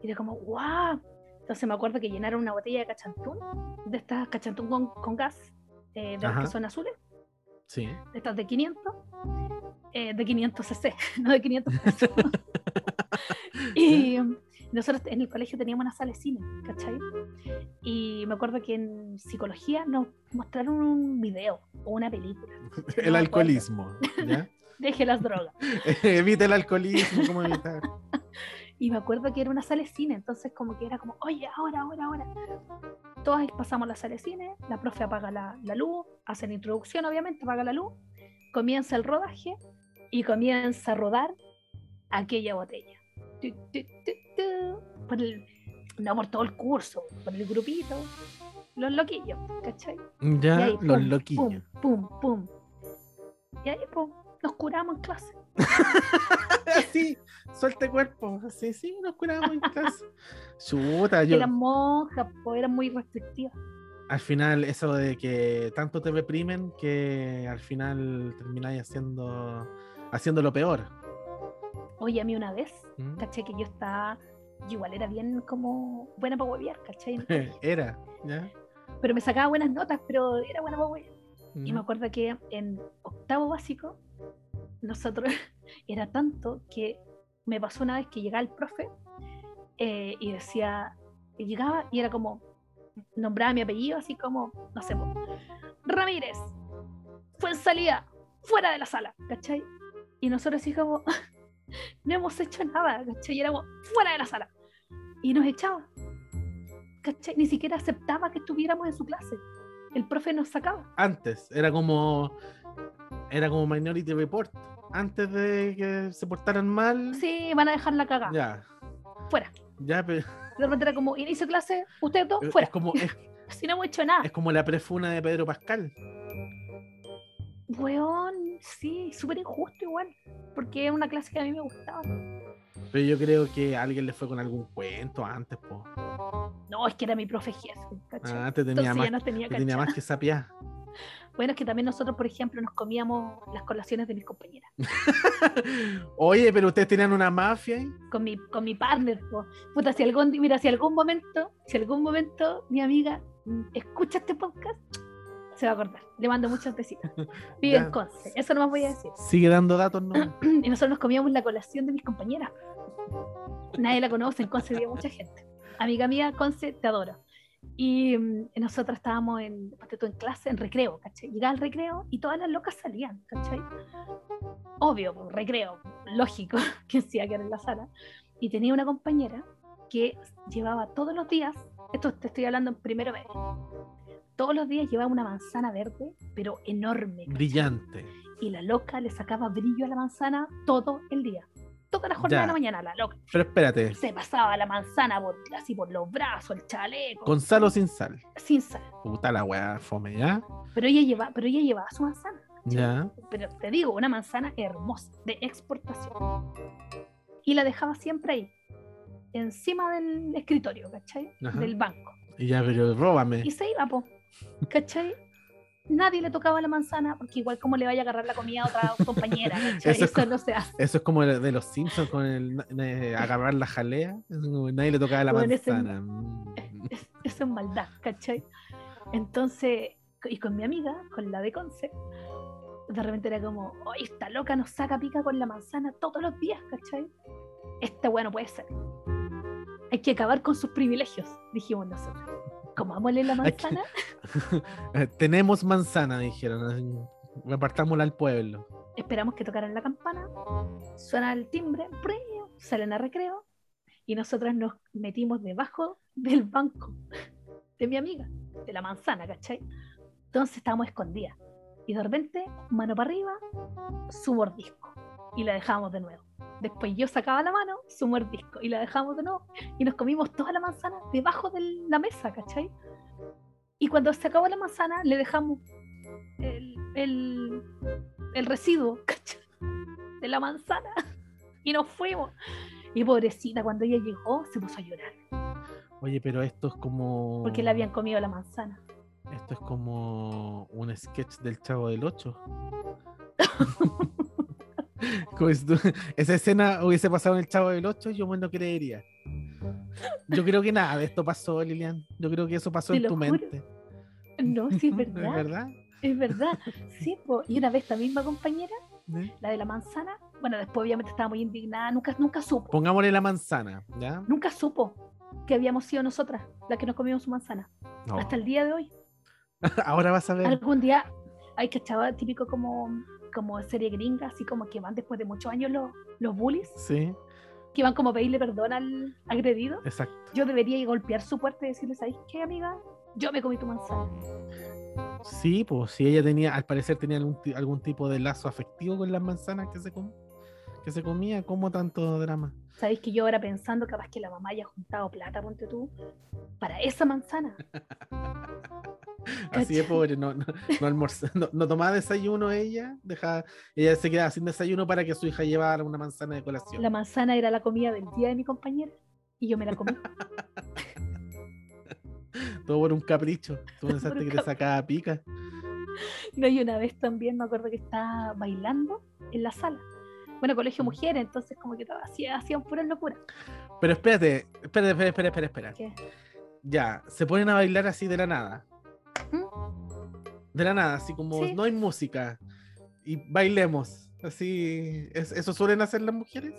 B: Y era como, guau. Entonces me acuerdo que llenaron una botella de cachantún, de estas cachantún con, con gas, eh, de las
A: Ajá.
B: que son azules,
A: Sí.
B: de estas de 500, eh, de 500 cc, no de 500 pesos. y um, nosotros en el colegio teníamos una sala de cine, ¿cachai? Y me acuerdo que en psicología nos mostraron un video o una película.
A: El
B: No,
A: alcoholismo. ¿ya?
B: Deje las drogas.
A: Evita el alcoholismo. ¿Cómo evitar?
B: Y me acuerdo que era una sala de cine, entonces como que era como, oye, ahora, ahora, ahora. Todas pasamos la sala de cine, la profe apaga la, la luz, hace la introducción obviamente, apaga la luz, comienza el rodaje y comienza a rodar aquella botella. Tu, tu, tu, tu. Por el- no por todo el curso, por el grupito, los loquillos, ¿cachai?
A: Ya,
B: Y
A: Ah,
B: ahí,
A: los
B: pum,
A: loquillos.
B: Pum, pum, pum. Y ahí pues, nos curamos en clase.
A: Así, suelte cuerpo. Así, sí, nos curamos en casa. Chuta, yo.
B: Eran monjas, pues, eran muy restrictivas.
A: Al final, eso de que tanto te reprimen que al final termináis haciendo, haciendo lo peor.
B: Oye, a mí una vez
A: ¿Mm?
B: caché que yo estaba, yo igual era bien como buena para huevear, caché.
A: Era, ¿ya?
B: Pero me sacaba buenas notas, pero era buena para huevear. Y me
A: ¿Ya?
B: acuerdo que en octavo básico, nosotros, era tanto que me pasó una vez que llegaba el profe eh, y decía, y llegaba y era como, nombraba mi apellido así como, no sé, po, Ramírez, fue en salida, fuera de la sala, ¿cachai? Y nosotros así como, no hemos hecho nada, ¿cachai? Y era como, fuera de la sala. Y nos echaba, ¿cachai? Ni siquiera aceptaba que estuviéramos en su clase. El profe nos sacaba.
A: Antes, era como. Era como Minority Report. Antes de que se portaran mal.
B: Sí, van a dejar la cagada.
A: Ya.
B: Fuera.
A: Ya, pero
B: De repente era como, inicio de clase, ustedes dos,
A: es
B: fuera.
A: como, es,
B: Si no hemos hecho nada.
A: es como la prefuna de Pedro Pascal.
B: Weón, sí, súper injusto igual. Porque es una clase que a mí me gustaba.
A: Pero yo creo que a alguien le fue con algún cuento antes, po.
B: No, es que era mi profe jefe, ¿cachai?
A: Ah, te tenía
B: Entonces
A: más,
B: ya nos tenía
A: te tenía
B: cachado.
A: más que sapiar.
B: Bueno, es que también nosotros, por ejemplo, nos comíamos las colaciones de mis compañeras.
A: Oye, pero ustedes tenían una mafia ahí.
B: Con mi, con mi partner. po. Puta, si algún, mira, si algún momento, si algún momento mi amiga mm, escucha este podcast, se va a acordar. Le mando muchas besitos. Vive
A: Ya.
B: en Conce. Eso no más voy a decir.
A: Sigue dando datos, ¿no?
B: y nosotros nos comíamos la colación de mis compañeras. Nadie la conoce, en Conce vive mucha gente. Amiga mía, Conce, te adoro. Y mm, nosotros estábamos en, ponte tú, en clase, en recreo, ¿cachai? Llegaba el recreo y todas las locas salían, ¿cachai? Obvio, pues, recreo, lógico, que hacía que era en la sala. Y tenía una compañera que llevaba todos los días, esto te estoy hablando en primero medio, todos los días llevaba una manzana verde, pero enorme. ¿cachai?
A: brillante.
B: Y la loca le sacaba brillo a la manzana todo el día. Toda la jornada
A: Ya.
B: de la mañana, la loca.
A: Pero espérate,
B: Se pasaba la manzana por, así por los brazos, el chaleco,
A: Gonzalo sin sal.
B: sin sal.
A: Puta la weá, fome, ¿ya?
B: Pero ella, llevaba, pero ella llevaba su manzana.
A: Ya.
B: Pero te digo, una manzana hermosa, de exportación. Y la dejaba siempre ahí, encima del escritorio, ¿cachai?
A: Ajá.
B: Del banco.
A: Y ya, pero róbame.
B: Y se iba, po. ¿Cachai? Nadie le tocaba la manzana, porque igual como le vaya a agarrar la comida a otra compañera, ¿cachai?
A: Eso
B: Eso,
A: es co-
B: no se hace.
A: Eso es como el de los Simpsons con el eh, agarrar la jalea. Es como, Nadie le tocaba la
B: Bueno, ese-
A: manzana. Mm.
B: Eso es maldad, ¿cachai? Entonces, y con mi amiga, con la de Conce, de repente era como, oye, esta loca nos saca pica con la manzana todos los días, ¿cachai? Esta weá no puede ser. Hay que acabar con sus privilegios, dijimos nosotros. Comámosle la
A: Hay que-
B: manzana,
A: Eh, Tenemos manzana, dijeron. así, Repartámosla al pueblo.
B: esperamos que tocaran la campana, suena el timbre, premio, salen a recreo, y nosotras nos metimos debajo del banco de mi amiga, de la manzana, ¿cachai? Entonces estábamos escondidas. Y de repente, mano para arriba, su mordisco. Y la dejamos de nuevo. Después yo sacaba la mano, su mordisco. Y la dejamos de nuevo. Y nos comimos toda la manzana debajo de la mesa, ¿cachai? Y cuando se acabó la manzana, le dejamos el, el, el residuo, ¿cachai? De la manzana. Y nos fuimos. Y pobrecita, cuando ella llegó, se puso a llorar.
A: Oye, pero esto es como.
B: Porque le habían comido la manzana.
A: Esto es como un sketch del Chavo del 8. Esa escena hubiese pasado en el Chavo del 8, yo me lo creería. Yo creo que nada de esto pasó, Lilian. Yo creo que eso pasó
B: Te
A: en
B: lo
A: tu
B: juro,
A: mente. ¿Mm?
B: No, sí, es verdad.
A: ¿Es verdad?
B: Es verdad, sí, po. y una vez esta misma compañera,
A: ¿Eh?
B: la de la manzana, bueno, después obviamente estaba muy indignada, nunca, nunca supo,
A: Pongámosle la manzana, ¿ya?
B: nunca supo que habíamos sido nosotras las que nos comimos su manzana,
A: No.
B: hasta el día de hoy.
A: Ahora vas a ver.
B: Algún día, hay que chaval típico como, como serie gringa, así como que van después de muchos años los, los bullies,
A: Sí,
B: que van como a pedirle perdón al agredido.
A: exacto.
B: Yo debería ir a golpear su puerta y decirle, ¿sabes qué, amiga? Yo me comí tu manzana.
A: Sí, pues si ella tenía, al parecer tenía algún, ti- algún tipo de lazo afectivo con las manzanas que se, com- que se comía, ¿cómo tanto drama?
B: Sabéis que yo ahora pensando capaz que la mamá haya juntado plata, ponte tú, para esa manzana.
A: Así de
B: ¿Cachai?
A: pobre, no, no, no, almorza- no- no tomaba desayuno ella, dejaba, ella se quedaba sin desayuno para que su hija llevara una manzana de colación.
B: La manzana era la comida del día de mi compañera y yo me la comí.
A: Todo por un capricho. Tú pensaste
B: un
A: que te
B: capricho.
A: sacaba pica.
B: No, y una vez también me acuerdo que estaba bailando en la sala. Bueno, colegio mujer, entonces como que todo hacía, hacían puras locuras.
A: Pero espérate, espérate, espérate, espérate, espérate, espérate.
B: ¿Qué?
A: Ya, se ponen a bailar así de la nada. De la nada, así como
B: ¿Mm? Sí.
A: no hay música. Y bailemos. Así, ¿es- ¿eso suelen hacer las mujeres?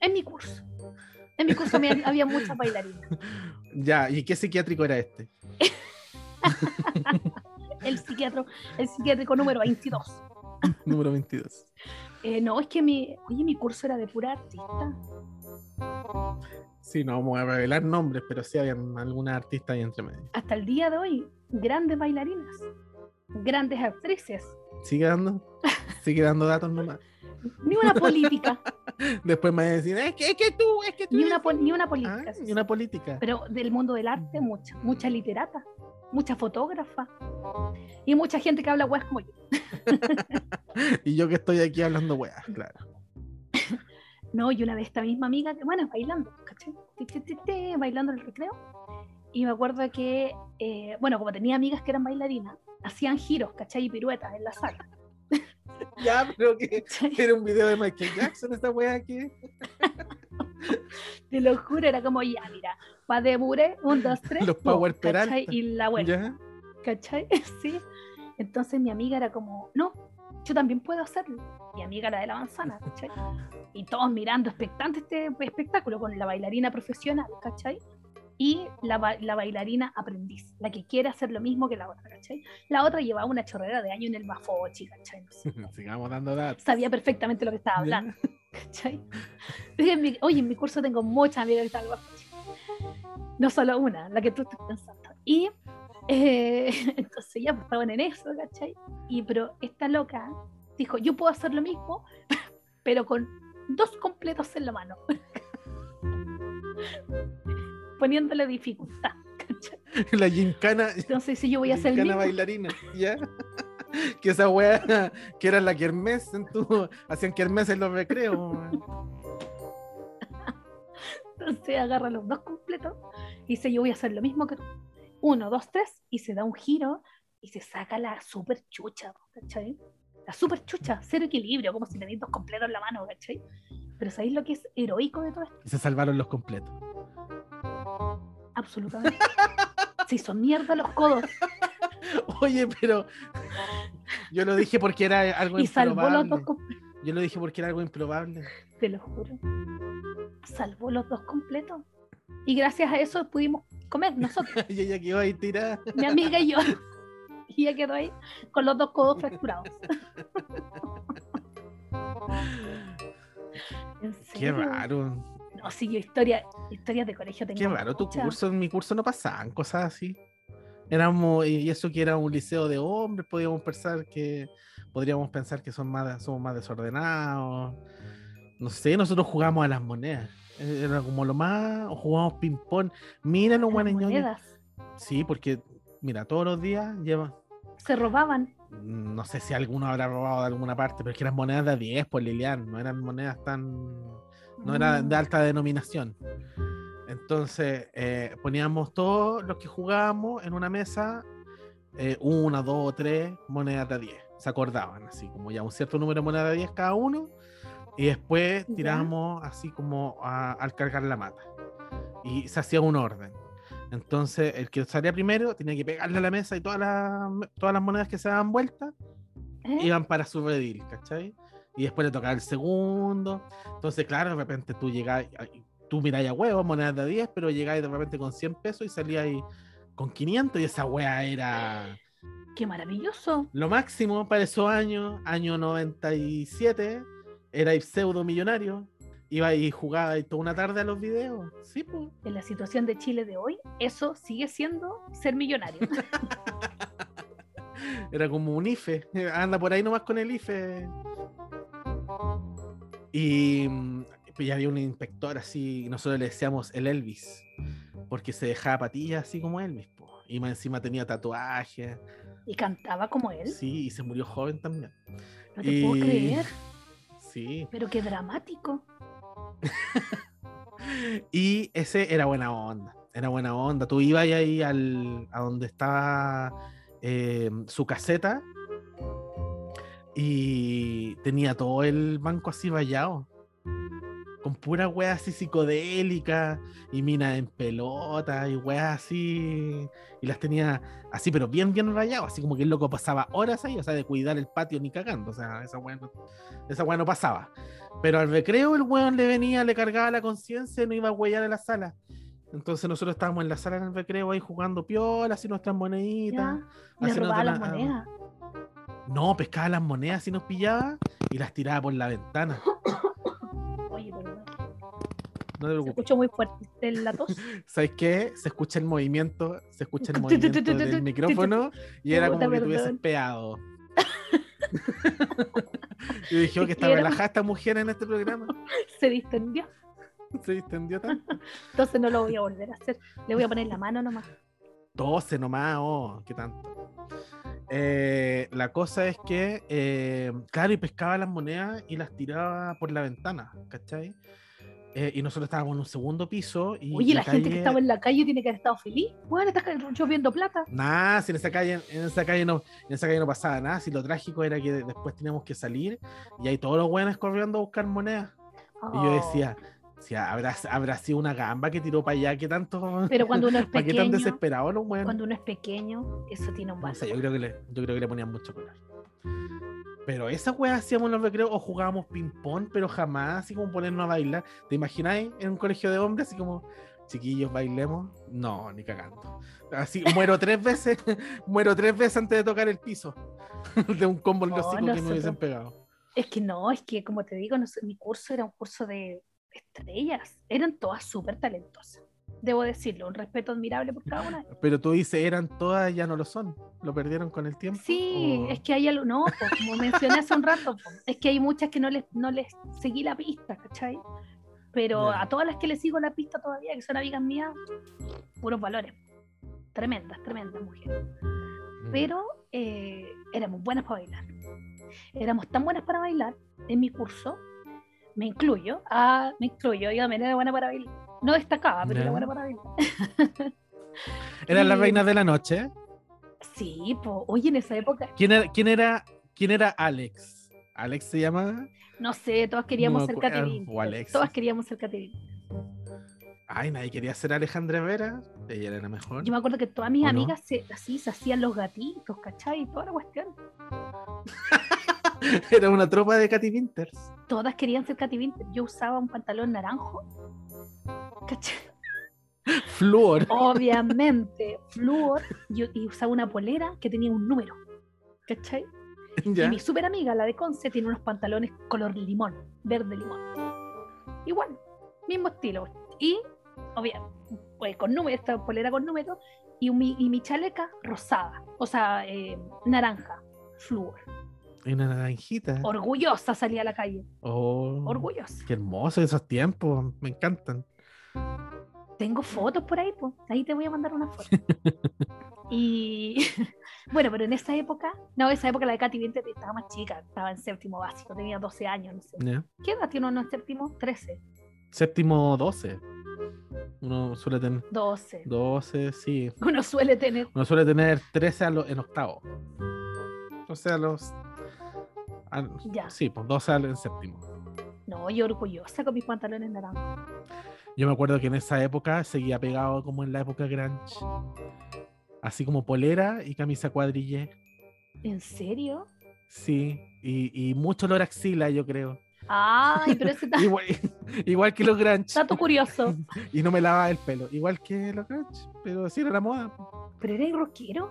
B: En mi curso. En mi curso había, había muchas bailarinas.
A: Ya, ¿y qué psiquiátrico era este?
B: El psiquiatra, el psiquiátrico número 22.
A: Número 22.
B: Eh, no, es que mi, oye, mi curso era de pura artista.
A: Sí, no vamos a revelar nombres, pero sí habían alguna artista ahí entre medio.
B: Hasta el día de hoy, grandes bailarinas, grandes actrices.
A: Sigue dando, sigue dando datos nomás.
B: Ni una política,
A: Después me van a decir, es que, es que tú, es que tú.
B: ni
A: eres-".
B: una, pol- ni una
A: Ah,
B: política. eso
A: y una política.
B: pero del mundo del arte mucha, mucha literata, mucha fotógrafa y mucha gente que habla weas como yo.
A: Y yo que estoy aquí hablando weas, claro.
B: No, y una vez esta misma amiga, que, bueno, bailando, ¿cachai? Ti, ti, ti, ti, bailando en el recreo. Y me acuerdo que, eh, bueno, como tenía amigas que eran bailarinas, hacían giros, ¿cachai? Y piruetas en la sala.
A: Ya, pero que
B: ¿cachai?
A: era un video de Michael Jackson esta wea aquí.
B: Te lo juro, era como, ya, mira, pa de bure, un, dos, tres.
A: Los
B: no,
A: Power
B: ¿cachai?
A: Peralta.
B: Y la vuelta.
A: ¿Ya?
B: ¿cachai? Sí. Entonces mi amiga era como, no, yo también puedo hacerlo. Mi amiga la de la manzana, ¿cachai? Y todos mirando, expectantes este espectáculo con la bailarina profesional, ¿cachai? Y la, ba- la bailarina aprendiz, la que quiere hacer lo mismo que la otra, ¿cachai? La otra llevaba una chorrera de año en el bafochi, ¿cachai? No sé.
A: Sigamos dando datos.
B: Sabía perfectamente lo que estaba hablando.
A: ¿Ya?
B: ¿cachai? Dije, en mi- oye, en mi curso tengo muchas amigas que están guapas. No solo una, la que tú estás pensando. Y Eh, entonces ya pues, estaban en eso, ¿cachai? Y pero esta loca dijo, yo puedo hacer lo mismo, pero con dos completos en la mano. Poniéndole dificultad, ¿cachai?
A: La gincana,
B: Entonces dice, yo voy a hacer el
A: gincana
B: mismo.
A: bailarina, ¿ya? que esa wea, que era la kermés, en tu, hacían kermés en los recreos. weón.
B: Entonces agarra los dos completos y dice, yo voy a hacer lo mismo que tú. Uno, dos, tres, y se da un giro y se saca la super chucha, ¿cachai? La super chucha, cero equilibrio, como si tenéis dos completos en la mano, ¿cachai? Pero ¿sabéis lo que es heroico de todo esto?
A: Y se salvaron los completos.
B: Absolutamente. Se hizo mierda los codos
A: Oye, pero yo lo dije porque era algo
B: y salvó los dos
A: improbable.
B: completos,
A: Yo lo dije porque era algo improbable.
B: te lo juro. Salvó los dos completos. Y gracias a eso pudimos comer nosotros,
A: Y ella quedó ahí tirada.
B: mi amiga y yo. Y ella quedó ahí con los dos codos fracturados. En
A: Qué
B: serio.
A: raro.
B: No, sí, yo historia, historias de colegio tengo.
A: Qué raro tu
B: muchas.
A: curso. En mi curso no pasaban cosas así. Éramos, y eso que era un liceo de hombres, podíamos pensar que podríamos pensar que son más, somos más desordenados. No sé, nosotros jugamos a las monedas. E, Era como lo más, o jugábamos ping-pong. Mira los
B: Las
A: buenos ñoños.
B: monedas
A: Sí, porque, mira, todos los días lleva,
B: se robaban.
A: no sé si alguno habrá robado de alguna parte, pero es que eran monedas de a 10 por Lilian, no eran monedas tan no era de
B: Mm.
A: alta denominación. Entonces eh, poníamos todos los que jugábamos en una mesa, eh, una, dos o tres monedas de a 10. Se acordaban, así como ya un cierto número de monedas de a 10 cada uno. Y después
B: Ya.
A: tirábamos así como a- al cargar la mata. Y se hacía un orden. Entonces el que salía primero tenía que pegarle a la mesa y todas las, todas las monedas que se daban vuelta
B: ¿Eh?
A: iban para su redil, ¿cachai? Y después le tocaba el segundo. Entonces, claro, de repente tú llegás, ay, tú miráis a huevos, monedas de 10, pero llegáis de repente con 100 pesos y salíais con 500 y esa wea era
B: Qué maravilloso.
A: lo máximo para esos años, año 97, era pseudo millonario. Iba y jugaba y toda una tarde a los videos. Sí, pues.
B: En la situación de Chile de hoy, eso sigue siendo ser millonario.
A: Era como un IFE. Anda por ahí nomás con el IFE. Y mm, pues ya había un inspector así, y nosotros le decíamos el Elvis, porque se dejaba patillas así como Elvis. po. Y más encima tenía tatuajes.
B: y cantaba como él.
A: Sí, y se murió joven también.
B: No te puedo
A: Y-
B: creer,
A: Sí.
B: pero qué dramático.
A: Y ese era buena onda. Era buena onda. Tú ibas ahí al, a donde estaba eh, su caseta y tenía todo el banco así vallado. Con pura wea así psicodélica y minas en pelota y weas así. Y las tenía así, pero bien, bien rayado. Así como que el loco pasaba horas ahí, o sea, de cuidar el patio ni cagando. O sea, esa wea no, esa wea no pasaba. Pero al recreo el weón le venía, le cargaba la conciencia y no iba a huellar a la sala. Entonces nosotros estábamos en la sala en el recreo ahí jugando piola, así nuestras moneditas.
B: Ya, le
A: Así no
B: robaba
A: te
B: las
A: la- ah,
B: monedas.
A: No, pescaba las monedas y nos pillaba y las tiraba por la ventana.
B: Oye, perdón.
A: No te
B: Se
A: preocupes.
B: escuchó muy fuerte el- la tos.
A: ¿Sabes qué? Se escucha el movimiento, se escucha el movimiento del micrófono y era como
B: Puta,
A: que tuviese
B: perdón.
A: peado. Yo dije "Oh, que está
B: Era-
A: relajada esta mujer en este programa.
B: Se distendió.
A: Se distendió tanto.
B: Entonces no lo voy a volver a hacer. Le voy a poner la mano nomás.
A: Tose nomás, oh, qué tanto. Eh, la cosa es que, eh, claro, y pescaba las monedas y las tiraba por la ventana, ¿cachai? Eh, y nosotros estábamos en un segundo piso y
B: Oye, la gente que
A: calle-
B: estaba en la calle tiene que haber estado feliz. Bueno, estás lloviendo plata.
A: Nada, si en esa calle, en esa calle no, en esa calle no pasaba nada, si lo trágico era que después teníamos que salir y ahí todos los buenos corriendo a buscar monedas. Y yo
B: Oh,
A: decía, si habrá, habrá sido una gamba que tiró para allá, que tanto,
B: Ah, Pero cuando uno es
A: para qué tan
B: pequeño,
A: desesperados los buenos.
B: cuando uno es pequeño, eso tiene un
A: No
B: valor.
A: sé, yo creo que le, yo creo que le ponían mucho color. Pero esas weas hacíamos en los recreos o jugábamos ping-pong, pero jamás así como ponernos a bailar. ¿Te imagináis en un colegio de hombres así como, chiquillos, bailemos? No, ni cagando. Así, muero tres veces, muero tres veces antes de tocar el piso de un combo en los
B: No,
A: hocicos que me
B: nosotros-
A: hubiesen pegado.
B: Es que no, es que como te digo, no sé, mi curso era un curso de estrellas. Eran todas súper talentosas. debo decirlo, un respeto admirable por cada una.
A: Pero tú dices, eran todas, ya no lo son. ¿Lo perdieron con el tiempo? Oh,
B: Sí,
A: ¿O-
B: es que hay algo, no, pues, como mencioné hace un rato, pues, es que hay muchas que no les, no les seguí la pista, ¿cachai? Pero
A: Ya.
B: a todas las que les sigo la pista todavía, que son amigas mías, puros valores. Tremendas, tremendas mujeres. Pero eh, éramos buenas para bailar. Éramos tan buenas para bailar en mi curso, me incluyo, ah, me incluyo, yo también era buena para bailar. No destacaba, pero
A: Ya.
B: era buena para bailar.
A: ¿Eran las
B: y-
A: reinas de la noche?
B: Sí, pues, oye, en esa época,
A: ¿Quién era, quién era, quién era Alex? ¿Alex se llama?
B: no sé, todas queríamos
A: No me
B: ser
A: acuerdo,
B: Caterina.
A: o Alexis.
B: Todas queríamos ser Caterina.
A: Ay, nadie quería ser Alejandra Vera. Ella era la mejor.
B: Yo me acuerdo que todas mis
A: ¿O no?
B: amigas se, así se hacían los gatitos, ¿cachai? Toda la cuestión.
A: Era una tropa de Katy Winters.
B: Todas querían ser Katy Winter. Yo usaba un pantalón naranjo. ¿Cachai?
A: Flor.
B: Obviamente, flúor. Yo, y usaba una polera que tenía un número. ¿Cachai? Y mi super amiga, la de Conce, tiene unos pantalones color limón, verde limón. Igual, mismo estilo. Y, obviamente, pues con número, esta polera con número, y mi, y mi chaleca rosada, o sea, eh, naranja, flúor.
A: Y una naranjita.
B: Orgullosa salí a la calle,
A: Oh,
B: orgullosa.
A: Qué hermosos esos tiempos. Me encantan.
B: Tengo fotos por ahí, pues, ahí te voy a mandar una foto. y, bueno, pero en esa época, no, esa época la de Katy Winter estaba más chica, estaba en séptimo básico, tenía 12 años, no sé.
A: ¿ya?
B: ¿Qué edad tiene uno en séptimo? 13,
A: Séptimo 12. Uno suele tener
B: 12.
A: 12, sí.
B: uno suele tener.
A: Uno suele tener 13 a lo- en octavo. O sea, los. a-
B: Ya.
A: sí, pues 12 al- en séptimo.
B: No, yo orgullosa con mis pantalones naranjas.
A: Yo me acuerdo que en esa época seguía pegado como en la época grunge. Así como polera y camisa cuadrille.
B: ¿En serio?
A: Sí. Y, y mucho olor a axila, yo creo.
B: Ay, pero ese da-
A: Igual, igual que los grunge.
B: dato curioso.
A: Y no me lavaba el pelo. Igual que los grunge. Pero sí era la moda.
B: ¿Pero eres rockero?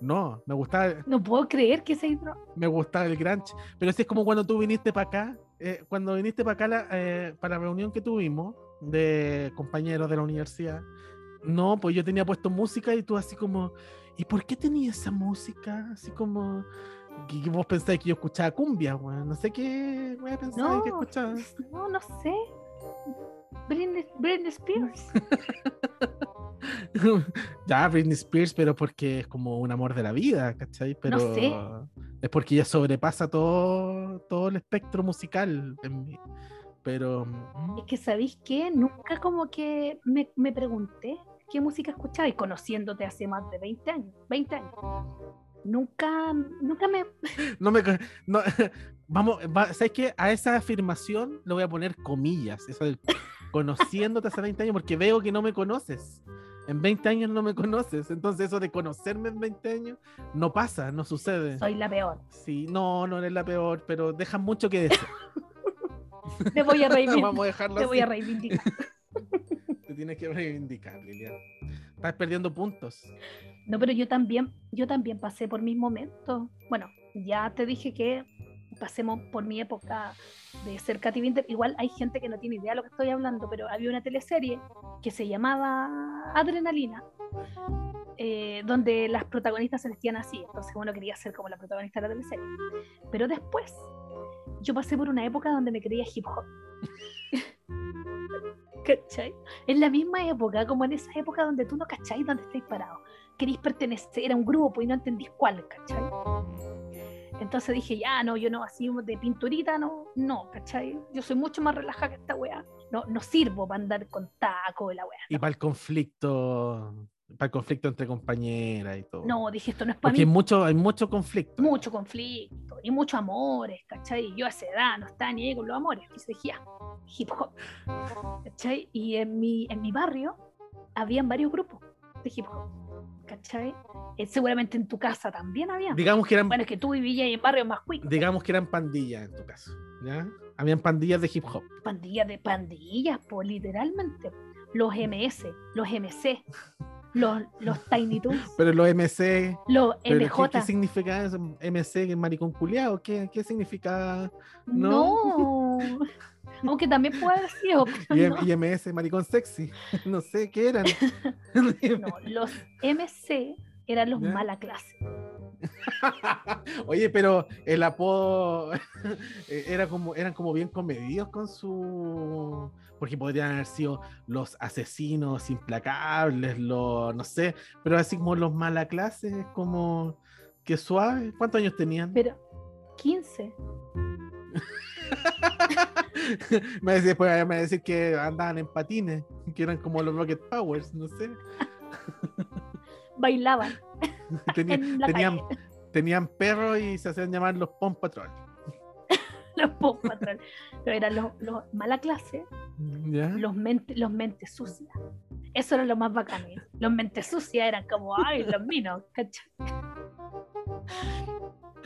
A: No, me gustaba,
B: No puedo creer que ese ro-
A: me gustaba el grunge. Pero sí es como cuando tú viniste para acá. eh, cuando viniste para acá la- eh, para la reunión que tuvimos de compañeros de la universidad. No, pues yo tenía puesto música y tú así como, ¿y por qué tenía esa música? Así como, que, que vos pensáis que yo escuchaba cumbia, weón. No sé qué, weón, pensaba
B: No,
A: que escuchaba.
B: no, no sé. Britney, Britney Spears.
A: ya, Britney Spears, pero porque es como un amor de la vida, ¿cachai? Pero
B: sé.
A: es porque ella sobrepasa todo, todo el espectro musical en mí. Pero mm,
B: Es que, ¿sabéis qué? Nunca como que me, me pregunté qué música escuchaba y conociéndote hace más de 20 años. 20 años. Nunca, nunca me...
A: no me. no, vamos, va- ¿sabes qué? A esa afirmación le voy a poner comillas, eso del conociéndote hace 20 años, porque veo que no me conoces. En 20 años no me conoces, entonces eso de conocerme en 20 años no pasa, no sucede.
B: Soy la peor.
A: Sí, no, no eres la peor, pero deja mucho que decir.
B: Te voy a reivindicar.
A: Vamos a dejarlo
B: Te voy a
A: así.
B: reivindicar.
A: Te tienes que reivindicar, Lilian. Estás perdiendo puntos.
B: No, pero yo también, yo también pasé por mis momentos. Bueno, ya te dije que pasemos por mi época de ser Katy Winter. Igual hay gente que no tiene idea de lo que estoy hablando, pero había una teleserie que se llamaba Adrenalina, eh, donde las protagonistas se vestían así. Entonces uno quería ser como la protagonista de la teleserie. Pero después, yo pasé por una época donde me creía hip hop. ¿Cachai? En la misma época, como en esa época donde tú no cacháis dónde estáis parados querís pertenecer a un grupo y no entendís cuál, ¿cachai? Entonces dije, ya, no, yo no, así de pinturita, no, no, ¿cachai? Yo soy mucho más relajada que esta weá. No, no sirvo para andar con taco de la weá.
A: Y para el conflicto, para el conflicto entre compañeras y todo.
B: No, dije, esto no es para
A: Porque
B: mí.
A: hay mucho, hay mucho conflicto.
B: Mucho conflicto y muchos amores, ¿cachai? Yo a esa edad no estaba ni ahí con los amores. Entonces dije, ya, hip hop, ¿cachai? Y en mi, en mi barrio habían varios grupos de hip hop, ¿cachai? Eh, seguramente en tu casa también había.
A: Digamos que eran,
B: Bueno, es que tú vivías en barrios más cuicos.
A: digamos que eran pandillas en tu caso. ¿ya? Habían pandillas de hip hop.
B: pandillas de pandillas, pues literalmente. Los MS, los MC, los, los Tiny Toons,
A: Pero los MC.
B: los
A: pero
B: MJ.
A: ¿qué, qué significaba eso? MC que maricón culiao? ¿Qué, qué significaba?
B: no. Aunque también puede haber sido. pero
A: Y,
B: no.
A: IMS, maricón sexy. No sé qué eran.
B: No, los MC eran los
A: ¿Ya?
B: mala clase.
A: Oye, pero el apodo eh, era como, eran como bien comedidos con su. Porque podrían haber sido los asesinos implacables, los. no sé, pero así como los mala clases, es como. que suave. ¿Cuántos años tenían?
B: Pero 15.
A: me decía, después me van a decir que andaban en patines, que eran como los Rocket Powers, no sé.
B: Bailaban
A: Tenía-
B: en la
A: tenían,
B: calle.
A: tenían perros y se hacían llamar los Pon Patrol.
B: Los Paw Patrol. Pero eran los, los mala clase,
A: ¿Ya?
B: los mentes los mente sucias. Eso era lo más bacán. ¿eh? Los mentes sucias eran como, ay, los minos, ¿cachai?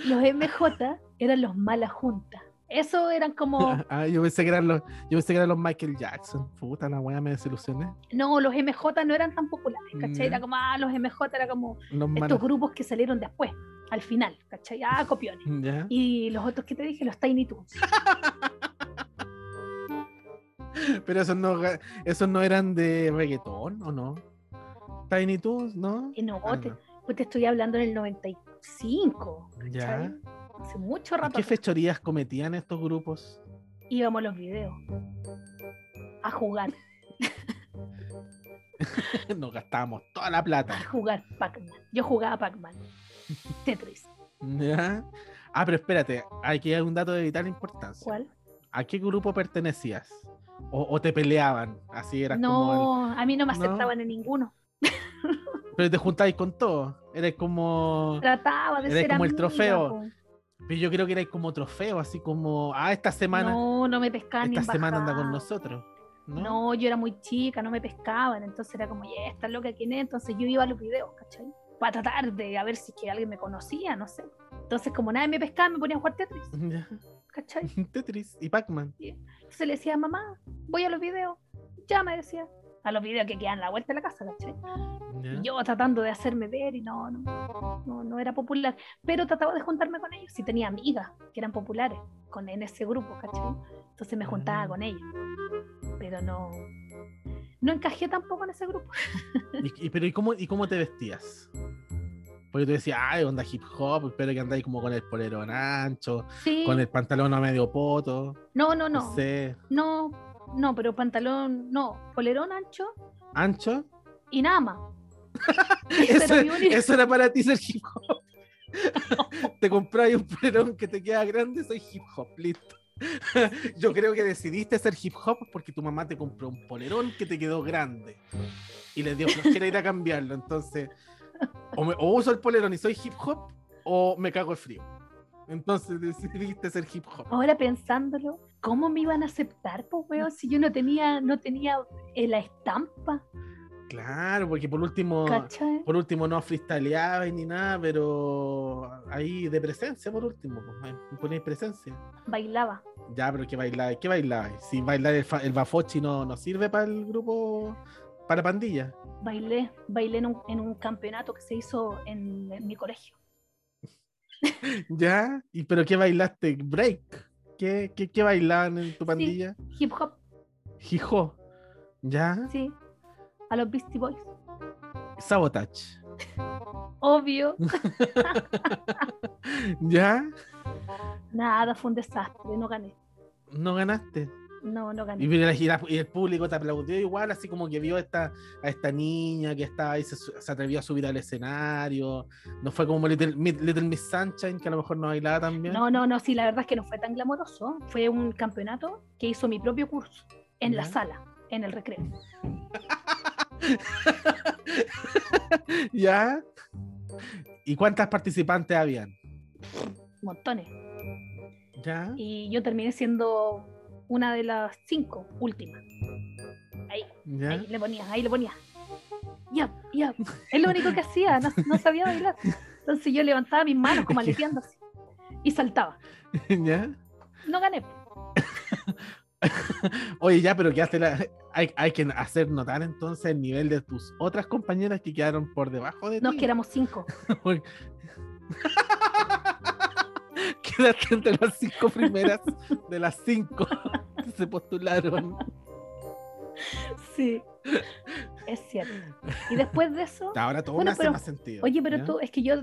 B: Los MJ eran los mala junta. Eso eran como,
A: Ah, yo pensé que eran los, yo pensé que eran los Michael Jackson. Puta la weá, me desilusioné.
B: no, los MJ no eran tan populares, ¿cachai? Era
A: Ya.
B: como, ah, los MJ era como
A: Los malos.
B: estos grupos que salieron después, al final, ¿cachai? Ah, copiones.
A: ¿Ya?
B: Y los otros que te dije, los Tiny Toons.
A: Pero esos no, ga- esos no eran de reggaetón, ¿o no? Tiny Toons, ¿no?
B: Eh, No,
A: Ah,
B: te,
A: no.
B: pues te estoy hablando en el 95.
A: ¿Ya?
B: ¿cachai? Hace mucho
A: ¿Y
B: rato
A: ¿Qué
B: atrás
A: fechorías cometían estos grupos?
B: íbamos a los videos a jugar,
A: Nos gastábamos toda la plata.
B: a jugar Pac-Man. Yo jugaba Pac-Man, Tetris.
A: ¿Ya? Ah, pero espérate, aquí hay un dato de vital importancia.
B: ¿Cuál?
A: ¿A qué grupo pertenecías? ¿O, o te peleaban? Así era como.
B: No, a mí no me
A: No.
B: aceptaban en ninguno.
A: el- Pero te juntabais con todo. Eres como.
B: Trataba de
A: Era
B: ser
A: como el
B: amiga,
A: trofeo.
B: po.
A: Pero yo creo que era como trofeo, así como. Ah, esta semana.
B: No, no me pescaban ni
A: esta
B: en
A: semana anda con
B: bajada.
A: nosotros. ¿no?
B: ¿no? yo era muy chica, no me pescaban, entonces era como, ya, esta loca quién es, entonces yo iba a los videos, ¿cachai? Para tratar de a ver si es que alguien me conocía, no sé. Entonces como nadie me pescaba, me ponía a jugar Tetris,
A: Ya.
B: ¿cachai?
A: Tetris y Pac-Man.
B: Entonces le decía, mamá, voy a los videos, ya me decía, a los videos que quedan a la vuelta de la casa, ¿cachai?
A: Ya.
B: Y yo tratando de hacerme ver y no, no, no, no era popular, pero trataba de juntarme con ellos, y tenía amigas que eran populares con, en ese grupo, ¿cachai? Entonces me juntaba
A: Ah.
B: con ellas, pero no, no encajé tampoco en ese grupo.
A: Y, y- pero ¿y cómo, ¿y cómo te vestías? Porque tú decías, ay, onda hip hop, espero que andáis como con el polerón ancho,
B: Sí,
A: con el pantalón a medio poto,
B: no, no,
A: no,
B: no,
A: sé,
B: no, no, pero pantalón, no, polerón ancho
A: ancho.
B: y nada más. Ese
A: Eso,
B: era mi único-
A: eso era para ti ser hip hop. te compráis un polerón que te queda grande, soy hip hop, listo. Yo creo que decidiste ser hip hop porque tu mamá te compró un polerón que te quedó grande y le dio flojera ir a cambiarlo. Entonces, o, me- o uso el polerón y soy hip hop o me cago el frío. Entonces decidiste ser hip hop.
B: Ahora pensándolo, ¿cómo me iban a aceptar, pues, weón, si yo no tenía, no tenía eh, la estampa,
A: Claro, porque por último,
B: ¿cachai?
A: por último no freestyleabas ni nada, pero ahí de presencia, por último, pues, ponéis presencia.
B: Bailaba.
A: Ya, pero ¿qué bailabais? ¿Qué bailabais? Si bailar el, fa- el bafochi no, no sirve para el grupo, para la pandilla.
B: Bailé, bailé en un, en un campeonato que se hizo en, en mi colegio.
A: ¿Ya? ¿Y pero qué bailaste? ¿Break? ¿Qué, qué, qué bailaban en tu pandilla?
B: Hip hop,
A: Hijo. ¿Ya?
B: sí. A los Beastie Boys.
A: Sabotage.
B: Obvio,
A: ¿Ya?
B: nada, fue un desastre, no gané.
A: No ganaste.
B: No, no gané.
A: Y, mira, y la- y el público te aplaudió igual, así como que vio esta, a esta niña que estaba ahí, se, su- se atrevió a subir al escenario. No fue como Little, Mi- Little Miss Sunshine, que a lo mejor no bailaba tan bien.
B: No, no, no, sí, la verdad es que no fue tan glamoroso. Fue un campeonato que hizo mi propio curso, en la
A: Ya.
B: sala, en el recreo.
A: ¿Ya? ¿Y cuántas participantes habían?
B: Montones.
A: ¿Ya?
B: Y yo terminé siendo una de las cinco últimas.
A: ¿Ya?
B: Ahí le ponía, ahí le ponía. Ya, ya. Es lo único que hacía, no, no sabía bailar. Entonces yo levantaba mis manos como
A: Es que-
B: aleteando así. Y saltaba.
A: ¿Ya?
B: No gané.
A: Oye, ya, pero quedaste la... hay, hay que hacer notar entonces el nivel de tus otras compañeras que quedaron por debajo de
B: No, es
A: ti.
B: que éramos cinco.
A: Porque- Quedaste entre las cinco primeras de las cinco. se postularon.
B: Sí, es cierto. Y después de eso,
A: Ahora todo
B: Bueno,
A: me hace
B: pero-
A: más sentido.
B: oye, pero
A: ¿ya?
B: tú, es que yo,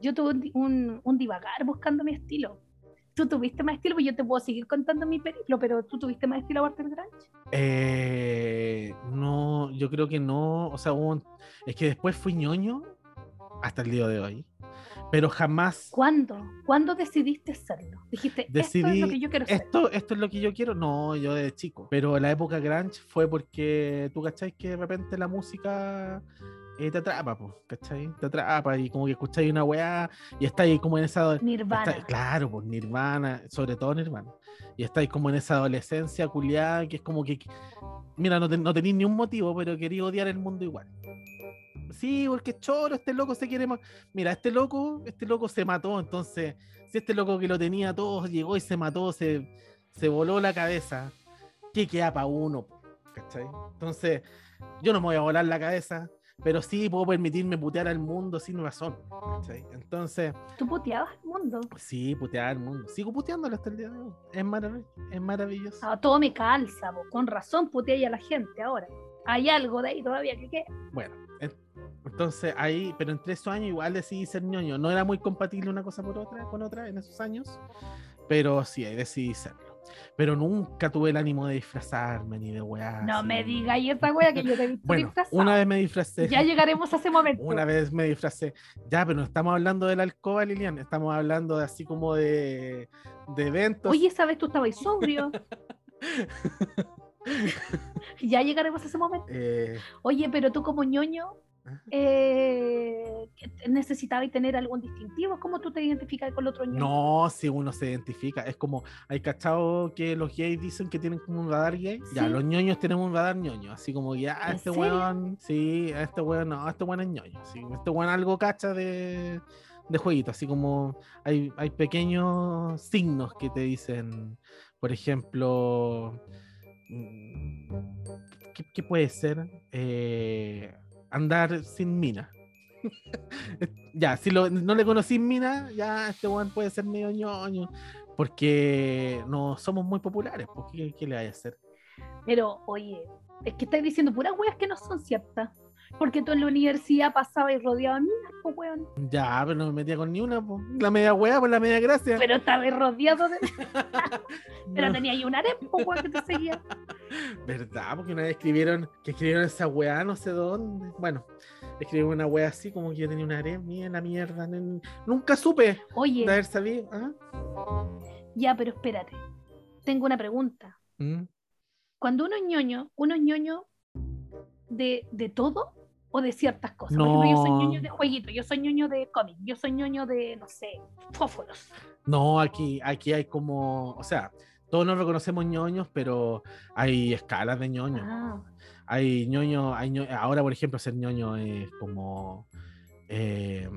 B: yo tuve un, di- un, un divagar buscando mi estilo. Tú tuviste más estilo, pues yo te puedo seguir contando mi periplo, pero tú tuviste más estilo aparte del Grange.
A: Eh, no, yo creo que no. O sea, hubo un- es que después fui ñoño hasta el día de hoy. Pero jamás
B: ¿Cuándo? ¿Cuándo decidiste serlo? Dijiste, esto es lo
A: Decidí-
B: que yo quiero ser.
A: esto, esto es lo que yo quiero. No, yo de chico. Pero la época grunge fue porque tú cacháis que de repente la música eh, te atrapa, pues, ¿cachai? Te atrapa y como que escucháis una weá y estáis como en esa.
B: Nirvana.
A: Está- claro, pues Nirvana, sobre todo Nirvana. Y estáis como en esa adolescencia culiada que es como que, mira, no, ten- no tenéis ni un motivo, pero quería odiar el mundo igual. Sí, porque choro, este loco se quiere ma- Mira, este loco, este loco se mató, entonces, si este loco que lo tenía todo llegó y se mató, se, se voló la cabeza, ¿qué queda para uno? po? ¿Cachai? Entonces, yo no me voy a volar la cabeza, pero sí puedo permitirme putear al mundo sin razón. ¿Cachai? Entonces,
B: Tú puteabas al mundo.
A: Sí, puteaba al mundo. Sigo puteándolo hasta el día de hoy. Es, marav- es maravilloso.
B: Ah, todo me calza, po. con razón puteáis a la gente ahora. Hay algo de ahí todavía que queda.
A: Bueno, en- entonces ahí, pero en tres años igual decidí ser ñoño. No era muy compatible una cosa por otra, con otra en esos años, pero sí, ahí decidí serlo. Pero nunca tuve el ánimo de disfrazarme ni de weá.
B: no
A: así.
B: me digáis esta wea que yo te he visto
A: Bueno,
B: disfrazado.
A: una vez me disfracé.
B: Ya llegaremos a ese momento.
A: Una vez me disfracé. Ya, pero no estamos hablando de la alcoba, Lilian. Estamos hablando de así como de, de eventos.
B: Oye, esa vez tú estabas sobrio. ya llegaremos a ese momento.
A: Eh,
B: Oye, pero tú como ñoño
A: Ajá.
B: eh, necesitabas tener algún distintivo. ¿Cómo tú te identificas con el otro ñoño?
A: No, si uno se identifica, es como, hay cachado que los gays dicen que tienen como un radar gay. Ya,
B: Sí.
A: los ñoños tenemos un radar ñoño, así como ya,
B: ¿En
A: este
B: serio?
A: weón, sí, a este weón no, a este weón es ñoño, así, este weón algo cacha de, de jueguito, así como hay, hay pequeños signos que te dicen, por ejemplo, mm, ¿qué, qué puede ser? Eh, andar sin mina. ya, si lo- no le conocí mina, ya este weón puede ser medio ñoño. Porque no somos muy populares. ¿por ¿Qué, qué le hay a hacer?
B: Pero, oye, es que estás diciendo puras weas que no son ciertas. Porque tú en la universidad pasabas y rodeabas minas, po, weón.
A: Ya, pero no me metía con ni una. po. La media weá, por la media gracia.
B: Pero estabas rodeado de. Pero
A: No,
B: tenía ahí un arepo, weón, que te seguía.
A: ¿Verdad? Porque una vez escribieron que escribieron esa weá no sé dónde. Bueno, escribieron una weá así como que yo tenía una arena, mía, la mierda. nen. Nunca supe
B: Oye,
A: de haber sabido. ¿ah?
B: ya, pero espérate. Tengo una pregunta.
A: Mm.
B: cuando uno es ñoño, uno es ñoño de, de todo o de ciertas cosas. Por ejemplo, yo soy
A: No.
B: ñoño de jueguito, yo soy ñoño de cómic, yo soy ñoño de, no sé, fósforos.
A: No, aquí, aquí hay como. O sea, todos nos reconocemos ñoños, pero hay escalas de ñoños.
B: Ah,
A: hay ñoño, hay ño- ahora por ejemplo ser ñoño es como eh,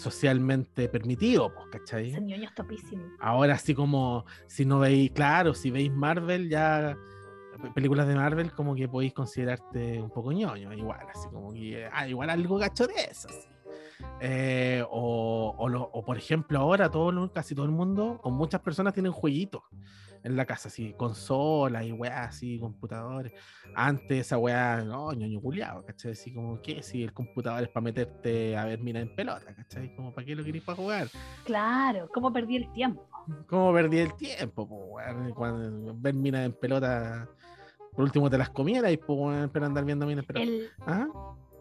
A: socialmente permitido, pues, ¿cachai?
B: ese ñoño es topísimo.
A: Ahora así como si no veis, claro, si veis Marvel ya pe- películas de Marvel como que podéis considerarte un poco ñoño, igual, así como que ah, igual algo gacho de eso, así. Eh, o, o lo- o, por ejemplo ahora todo, lo- casi todo el mundo o muchas personas tienen jueguitos en la casa, así consolas y weas así, computadores. Antes esa wea, no, ñoño culiado, ¿cachai? Así como que si el computador es para meterte a ver mira en pelota, ¿cachai? Como para qué lo queréis para jugar.
B: Claro, ¿cómo perdí el tiempo?
A: ¿Cómo perdí el tiempo? po, weón? Cuando ver minas en pelota, por último te las comieras y pues, weón, pero andar viendo minas en pelota.
B: ¿El,
A: ¿Ah?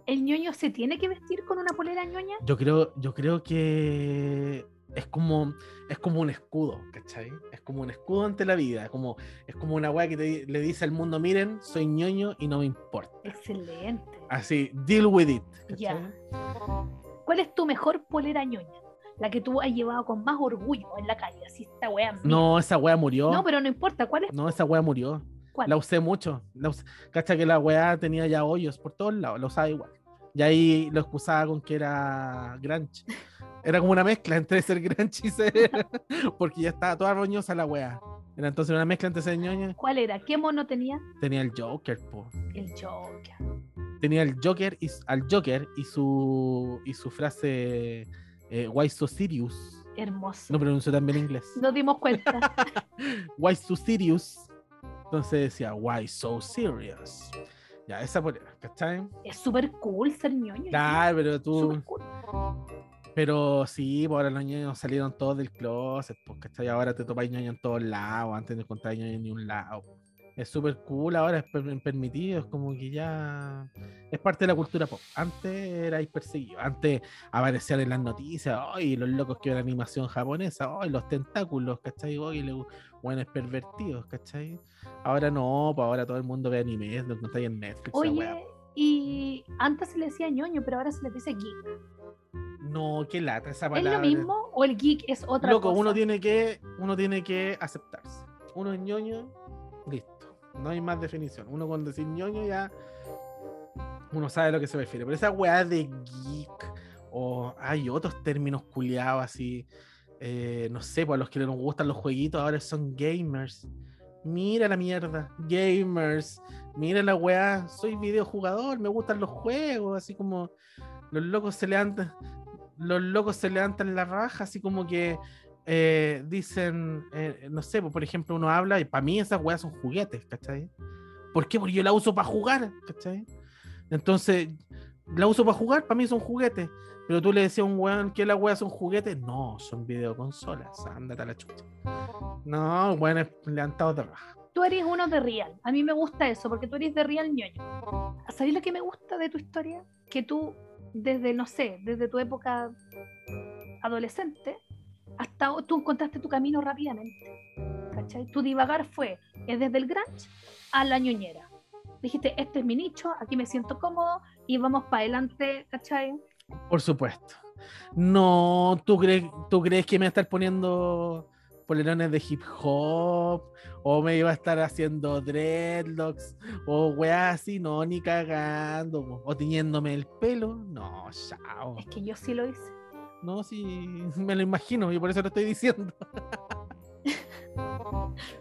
B: ¿El ñoño se tiene que vestir con una polera ñoña?
A: Yo creo, yo creo que es como, es como un escudo, ¿cachai? Es como un escudo ante la vida, como, es como una weá que te di- le dice al mundo, miren, soy ñoño y no me importa.
B: Excelente.
A: Así, deal with it. ¿cachai?
B: Ya. ¿Cuál es tu mejor polera ñoña? La que tú has llevado con más orgullo en la calle, así esta wea. es mía.
A: No, esa weá murió.
B: No, pero no importa, ¿cuál es?
A: No, esa weá murió.
B: ¿Cuál?
A: La usé mucho. La usé- Cacha que la weá tenía ya hoyos por todos lados, la usaba igual. Y ahí lo excusaba con que era grunge. Era como una mezcla entre ser grunge y ser... Porque ya estaba toda roñosa la weá. Era entonces una mezcla entre ser ñoña.
B: ¿Cuál era? ¿Qué mono tenía?
A: Tenía el Joker, po.
B: El Joker.
A: Tenía el Joker y, s- al Joker y su, y su frase... eh, why so serious?
B: Hermoso.
A: No pronunció tan bien inglés.
B: Nos dimos cuenta.
A: Why so serious? Entonces decía, why so serious? Ya, esa polera, ¿cachai?
B: Es súper cool ser ñoño.
A: Claro, pero
B: ¿sí?
A: tú.
B: Súper cool.
A: Pero sí, pues ahora los ñoños salieron todos del closet, pues, ¿cachai? Ahora te topáis ñoño en todos lados, antes no encontráis ñoño en ningún lado. pues. Es súper cool, ahora es per- permitido, es como que ya es parte de la cultura pop. Antes erais perseguidos, antes aparecían en las noticias, hoy los locos que ven animación japonesa, hoy los tentáculos, ¿cachai? Hoy los buenos pervertidos, ¿cachai? Ahora no, pues ahora todo el mundo ve anime, lo encontráis en Netflix, la wea,
B: Oye,
A: po.
B: y antes se le decía ñoño, pero ahora se le dice geek.
A: No, qué lata esa
B: ¿Es
A: palabra.
B: lo mismo o el geek es otra
A: Loco,
B: cosa?
A: uno tiene que uno tiene que aceptarse. Uno es ñoño, listo. No hay más definición. Uno con decir ñoño ya uno sabe a lo que se refiere. Pero esa weá de geek o hay otros términos culiados así eh, no sé, pues a los que les gustan los jueguitos ahora son gamers. Mira la mierda, gamers. Mira la weá, soy videojugador, me gustan los juegos, así como los locos se levantan, los locos se levantan la raja, así como que eh, dicen, eh, no sé, pues, por ejemplo, uno habla y para mí esas weas son juguetes, ¿cachai? ¿Por qué? Porque yo la uso para jugar, ¿cachai? Entonces, la uso para jugar, para mí son juguetes. Pero tú le decías a un weón que las weas son juguetes. No, son videoconsolas. Ándate a la chucha. No, weón, levantados de raja.
B: Tú eres uno de Real. A mí me gusta eso, porque tú eres de Real ñoño. ¿Sabes lo que me gusta de tu historia? Que tú, desde, no sé, desde tu época adolescente, hasta o- tú encontraste tu camino rápidamente. ¿Cachai? Tu divagar fue eh, desde el grunge a la ñoñera. Dijiste, este es mi nicho, aquí me siento cómodo y vamos para adelante, ¿cachai?
A: Por supuesto. No, ¿tú crees, ¿tú crees que me va a estar poniendo polerones de hip hop? ¿O me iba a estar haciendo dreadlocks? ¿O weas así? No, ni cagando. po. ¿O tiñéndome el pelo? No, chao.
B: Es que yo sí lo hice.
A: No, sí, me lo imagino y por eso lo estoy diciendo.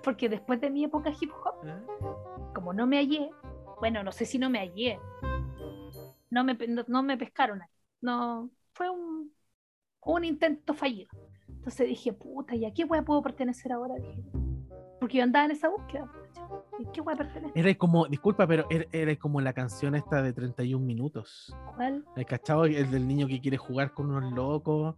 B: Porque después de mi época hip hop, como no me hallé, bueno, no sé si no me hallé, no me, pe- no, no me pescaron ahí. No, fue un, un intento fallido. Entonces dije, puta, ¿y a qué wea puedo pertenecer ahora? Dije, porque yo andaba en esa búsqueda. ¿Y qué wea pertenece?
A: Era como, disculpa, pero era, era como la canción esta de 31 minutos.
B: ¿Cuál?
A: El cachado, el del niño que quiere jugar con unos locos.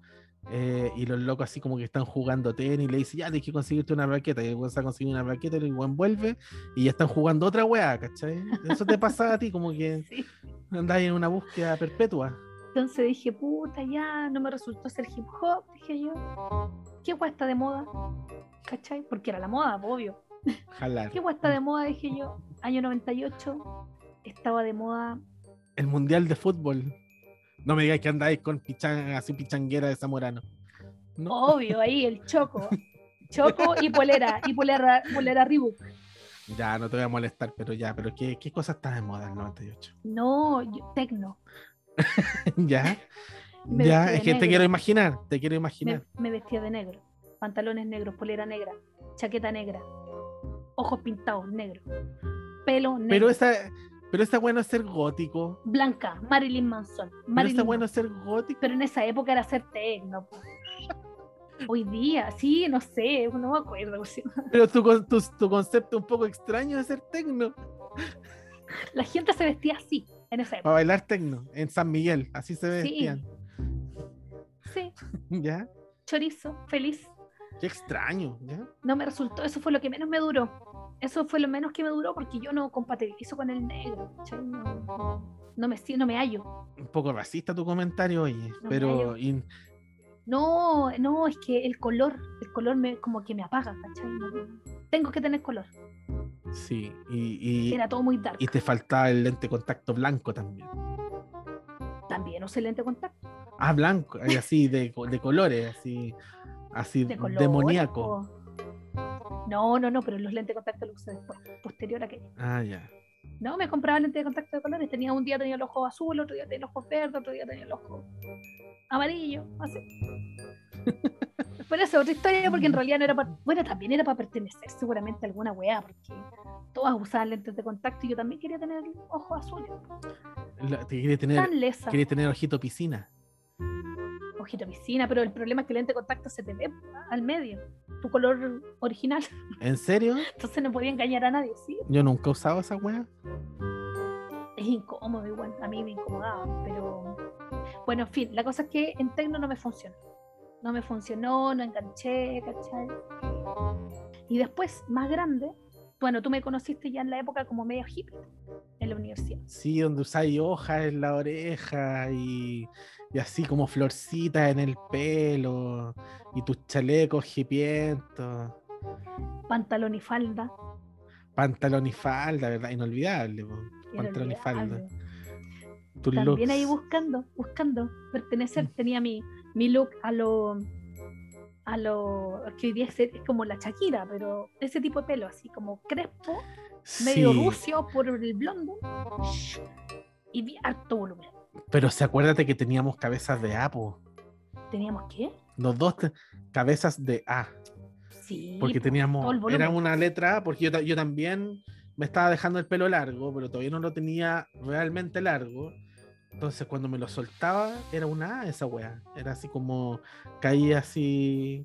A: eh, y los locos así como que están jugando tenis. Le dice, ya tienes que conseguirte una raqueta. Y el weón se ha conseguido una raqueta. Y el weón vuelve. Y ya están jugando otra weá, ¿cachai? Eso te pasa a ti, como que
B: Sí.
A: andás en una búsqueda perpetua.
B: Entonces dije, puta, ya no me resultó ser hip hop, dije yo. ¿Qué wea está de moda? ¿Cachai? Porque era la moda, obvio.
A: Jalar.
B: ¿Qué wea está de moda? Dije yo. Año 98 estaba de moda
A: El mundial de fútbol. No me digáis que andáis con pichan, así pichanguera de Zamorano. No.
B: Obvio, ahí el choco. Choco y polera, y polera, polera Reebok.
A: Ya, no te voy a molestar, pero ya, pero ¿qué, qué cosas están de moda en 98?
B: No, yo- tecno.
A: ya,
B: Me
A: ya,
B: vestí de
A: es que te
B: negro.
A: quiero imaginar, te quiero
B: Me,
A: imaginar.
B: me vestía de negro. Pantalones negros, polera negra, chaqueta negra, ojos pintados negros, pelo negro.
A: Pero esa, pero está bueno ser gótico.
B: Blanca, Marilyn Manson.
A: Pero
B: Marilyn
A: está bueno
B: Manson.
A: ser gótico.
B: Pero en esa época era ser tecno. po. Hoy día, sí, no sé, no me acuerdo. sí.
A: Pero tu, con- tu, tu concepto un poco extraño de ser tecno.
B: La gente se vestía así en esa época.
A: Para bailar tecno, en San Miguel, así se
B: Sí.
A: vestían. Ah.
B: Sí,
A: Ya,
B: chorizo, feliz.
A: qué extraño, ya.
B: no me resultó, eso fue lo que menos me duró. Eso fue lo menos que me duró porque yo no compatibilizo con el negro, ¿cachai? No, no- no me si- no me hallo.
A: Un poco racista tu comentario, oye,
B: me
A: pero
B: hallo.
A: in-
B: No, no, es que el color, el color me, como que me apaga, ¿cachai? No- no- tengo que tener color.
A: sí, y, y,
B: Era todo muy dark.
A: y te faltaba el lente contacto blanco también.
B: También usé lente de contacto.
A: Ah, blanco, eh, así de, co- de colores, así, así
B: De color.
A: demoníaco.
B: po. No, no, no, pero los lentes de contacto los usé después, posterior a que.
A: Ah, ya.
B: No, me compraba lentes de contacto de colores. Tenía un día tenía el ojo azul, otro día tenía el ojo verde, otro día tenía el ojo amarillo, así. Pero esa es otra historia porque en realidad no era para... Bueno, también era para pertenecer seguramente a alguna weá porque todas usaban lentes de contacto y yo también quería tener ojos azules.
A: Lo- Te quería tener,
B: Tan lesa.
A: quería tener ojito piscina.
B: dibujito de piscina, pero el problema es que el lente de contacto se te ve al medio, tu color original.
A: ¿En serio?
B: Entonces no podía engañar a nadie, sí.
A: Yo nunca he usado esa weá.
B: Es incómodo igual, a mí me incomodaba, pero bueno, en fin, la cosa es que en Tecno no me funcionó. No me funcionó, no enganché, ¿cachai? Y después, más grande, bueno, tú me conociste ya en la época como medio hippie en la universidad.
A: Sí, donde usáis hojas en la oreja y, y así como florcitas en el pelo y tus chalecos hipientos,
B: Pantalón y falda.
A: pantalón y falda, ¿verdad? Inolvidable, po. pantalón y
B: inolvidable.
A: falda. Tus
B: También
A: looks. Mm.
B: ahí buscando, buscando pertenecer. Tenía mi, mi look a lo. A lo que hoy día es es como la Shakira, pero ese tipo de pelo, así como crespo, medio
A: Sí,
B: rucio por el blondo y vi harto volumen.
A: Pero se acuérdate que teníamos cabezas de A, po.
B: ¿Teníamos qué?
A: Los dos te- cabezas de A.
B: Sí.
A: Porque
B: po, todo el
A: teníamos.
B: volumen.
A: Era una letra A, porque yo, ta- yo también me estaba dejando el pelo largo, pero todavía no lo tenía realmente largo. Entonces cuando me lo soltaba, era una A esa weá. Era así como. Caía así.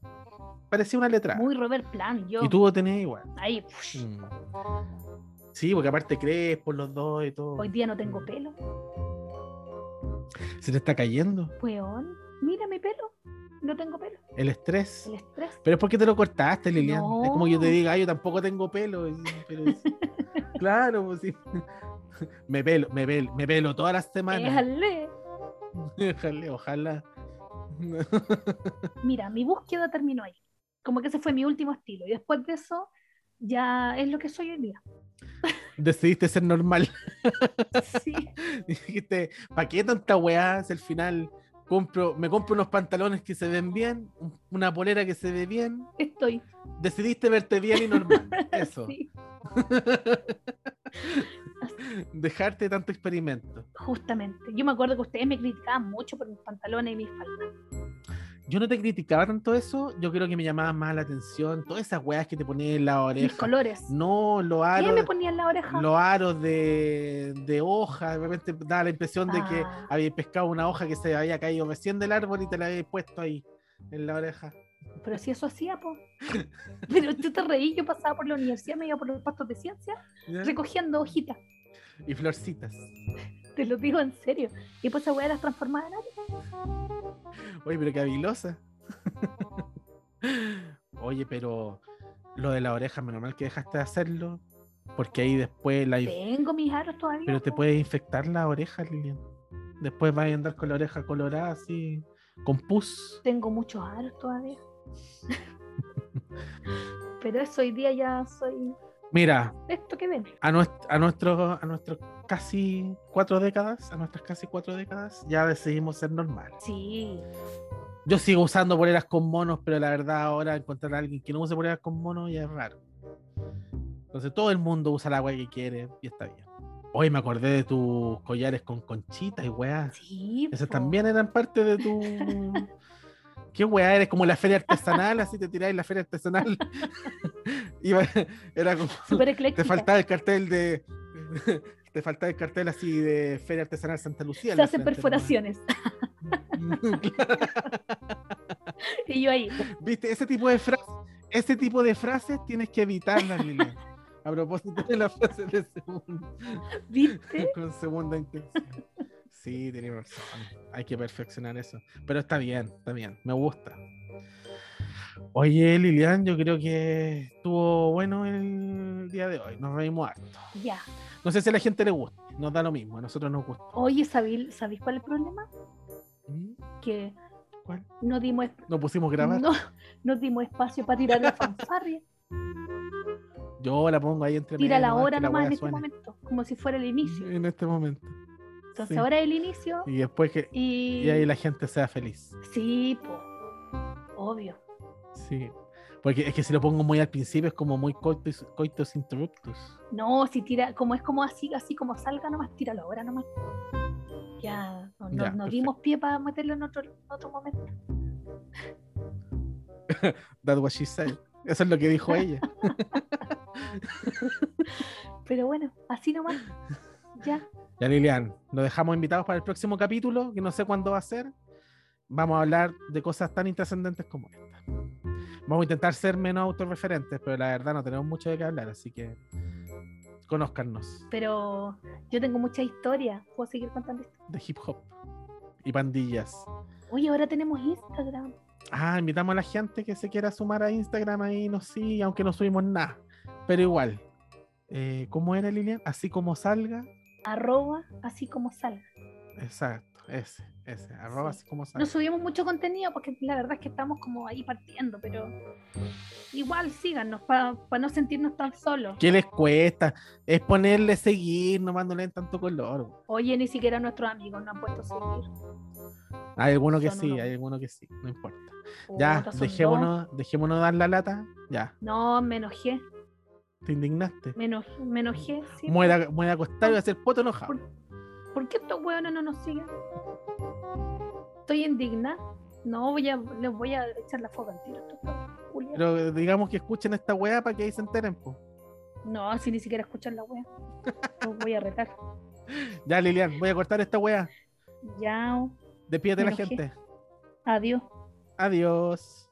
A: Parecía una letra A.
B: Muy Robert Plan, yo.
A: Y tú lo tenías igual.
B: Ahí, pf,
A: Mm. Sí, porque aparte crees por los dos y todo.
B: hoy día no tengo pelo,
A: Se te está cayendo
B: weón. Mira mi pelo, no tengo pelo.
A: el estrés.
B: El estrés.
A: Pero es porque te lo cortaste, Lilian. Es como que yo te
B: No.
A: diga, "Ay, yo tampoco tengo pelo. y- pero es- claro, pues sí. Me pelo, me pelo, me pelo todas las semanas.
B: Déjale.
A: Ojalá, ojalá.
B: Mira, mi búsqueda terminó ahí. Como que ese fue mi último estilo. Y después de eso, ya es lo que soy hoy día.
A: Decidiste ser normal.
B: Sí.
A: Dijiste, ¿para qué tanta weá? Es el final. Compro, me compro unos pantalones que se ven bien, un- una polera que se ve bien.
B: Estoy.
A: Decidiste verte bien y normal. Eso.
B: sí.
A: Dejarte tanto experimento.
B: Justamente. Yo me acuerdo que ustedes me criticaban mucho por mis pantalones y mis faldas.
A: Yo no te criticaba tanto eso, yo creo que me llamaba más la atención todas esas weas que te ponías en la
B: Mis
A: oreja.
B: colores.
A: No, los
B: ¿Qué me
A: aros,
B: ponía en la oreja?
A: los aros de, de hoja, de repente daba la impresión de que
B: Ah.
A: habías pescado una hoja que se había caído recién del árbol y te la habías puesto ahí, en la oreja.
B: Pero si eso hacía, po. Pero tú te reí, yo pasaba por la universidad, me iba por los pastos de ciencia,
A: ¿Ya?
B: recogiendo hojitas.
A: Y florcitas.
B: Te lo digo en serio. Y pues esa weá las transformaba en arte.
A: Oye, pero qué habilosa. Oye, pero lo de la oreja, menos mal que dejaste de hacerlo, porque ahí después la, inf-
B: Tengo mis aros todavía.
A: Pero te
B: po.
A: puede infectar la oreja, Lilian. Después vas a andar con la oreja colorada así, con pus.
B: Tengo muchos aros todavía. Pero eso hoy día ya soy
A: Mira,
B: esto que ven.
A: a, nues- a nuestros a nuestros casi cuatro décadas, a nuestras casi cuatro décadas, ya decidimos ser normales.
B: Sí,
A: Yo sigo usando poleras con monos, pero la verdad ahora encontrar a alguien que no use poleras con monos ya es raro. Entonces todo el mundo usa la weá que quiere y está bien. Hoy me acordé de tus collares con conchitas y weas.
B: sí.
A: Esas
B: po.
A: también eran parte de tu. Qué weá, eres como la feria artesanal, así te tiráis la feria artesanal. Iba- era como.
B: Súper
A: Te
B: ecléctica.
A: faltaba el cartel de. Te faltaba el cartel así de Feria Artesanal Santa Lucía. en
B: Se
A: la
B: hacen
A: frente,
B: perforaciones.
A: ¿no? Claro,
B: y yo ahí.
A: Viste, ese tipo de frases, ese tipo de frases tienes que evitarlas, Lilian. A propósito de las frases de segundo,
B: ¿Viste?
A: con segunda intención. Sí, tenés razón. Hay que perfeccionar eso. Pero está bien, está bien. Me gusta. Oye, Lilian, yo creo que estuvo bueno el día de hoy. Nos reímos harto.
B: Ya.
A: No sé si a la gente le gusta. Nos da lo mismo. A nosotros nos gusta.
B: Oye, ¿sabéis, ¿sabéis cuál es el problema?
A: ¿Mm?
B: Que
A: ¿Cuál?
B: no dimos, esp-
A: Nos pusimos a grabar.
B: no, no dimos espacio para tirar la fanfarria.
A: Yo la pongo ahí entre
B: Tira la
A: nomás,
B: hora
A: que la
B: nomás
A: wea
B: en este
A: suene.
B: momento, como si fuera el inicio.
A: En este momento.
B: Entonces
A: Sí.
B: ahora es el inicio
A: Y después que.
B: y...
A: Y ahí la gente sea feliz.
B: Sí, po. obvio.
A: Sí. Porque es que si lo pongo muy al principio es como muy coitus, coitus interruptus.
B: No, si tira, como es como así, así como salga nomás, tíralo ahora nomás. Ya, no, no-
A: Ya,
B: no dimos pie para meterlo en otro, en otro momento.
A: That's what she said. Eso es lo que dijo ella.
B: Pero bueno, así nomás. Ya,
A: Ya, Lilian, lo dejamos invitados para el próximo capítulo, que no sé cuándo va a ser. vamos a hablar de cosas tan intrascendentes como esta. Vamos a intentar ser menos autorreferentes, pero la verdad no tenemos mucho de qué hablar, así que conózcanos
B: Pero yo tengo mucha historia. ¿Puedo seguir contando esto?
A: de hip hop y pandillas.
B: Oye, ahora tenemos Instagram.
A: Ah, invitamos a la gente que se quiera sumar a Instagram ahí, no sí, aunque no subimos nada. Pero igual, eh, ¿cómo era Lilian? Así como salga,
B: Arroba así como salga.
A: exacto, ese, ese, arroba
B: Sí.
A: así como
B: No
A: salga.
B: subimos mucho contenido porque la verdad es que estamos como ahí partiendo, pero igual síganos para no sentirnos tan solos.
A: ¿Qué les cuesta? Es ponerle seguir, no mandándole tanto color. güey.
B: Oye, ni siquiera nuestros amigos nos han puesto a seguir.
A: Hay alguno que
B: Son
A: sí,
B: unos-
A: hay alguno que sí, no importa. Ya,
B: Puta, Oh, son dos.
A: dejémonos, dejémonos dar la lata. Ya,
B: No, me enojé,
A: te indignaste.
B: me enojé, me enojé, sí.
A: Muera, muera acostado y hacer poto enojado.
B: pues. ¿Por, por qué estos hueones no nos siguen? Estoy indigna. No, voy a, les voy a echar la foca al tiro. a estos cabros, culiados.
A: Pero digamos que escuchen esta weá para que ahí se enteren. pues. po.
B: No, si ni siquiera escuchan la wea. Los voy a retar.
A: Ya, Lilian, voy a cortar esta weá.
B: Ya,
A: Despídete de
B: Me
A: la
B: enojé.
A: gente.
B: adiós.
A: Adiós.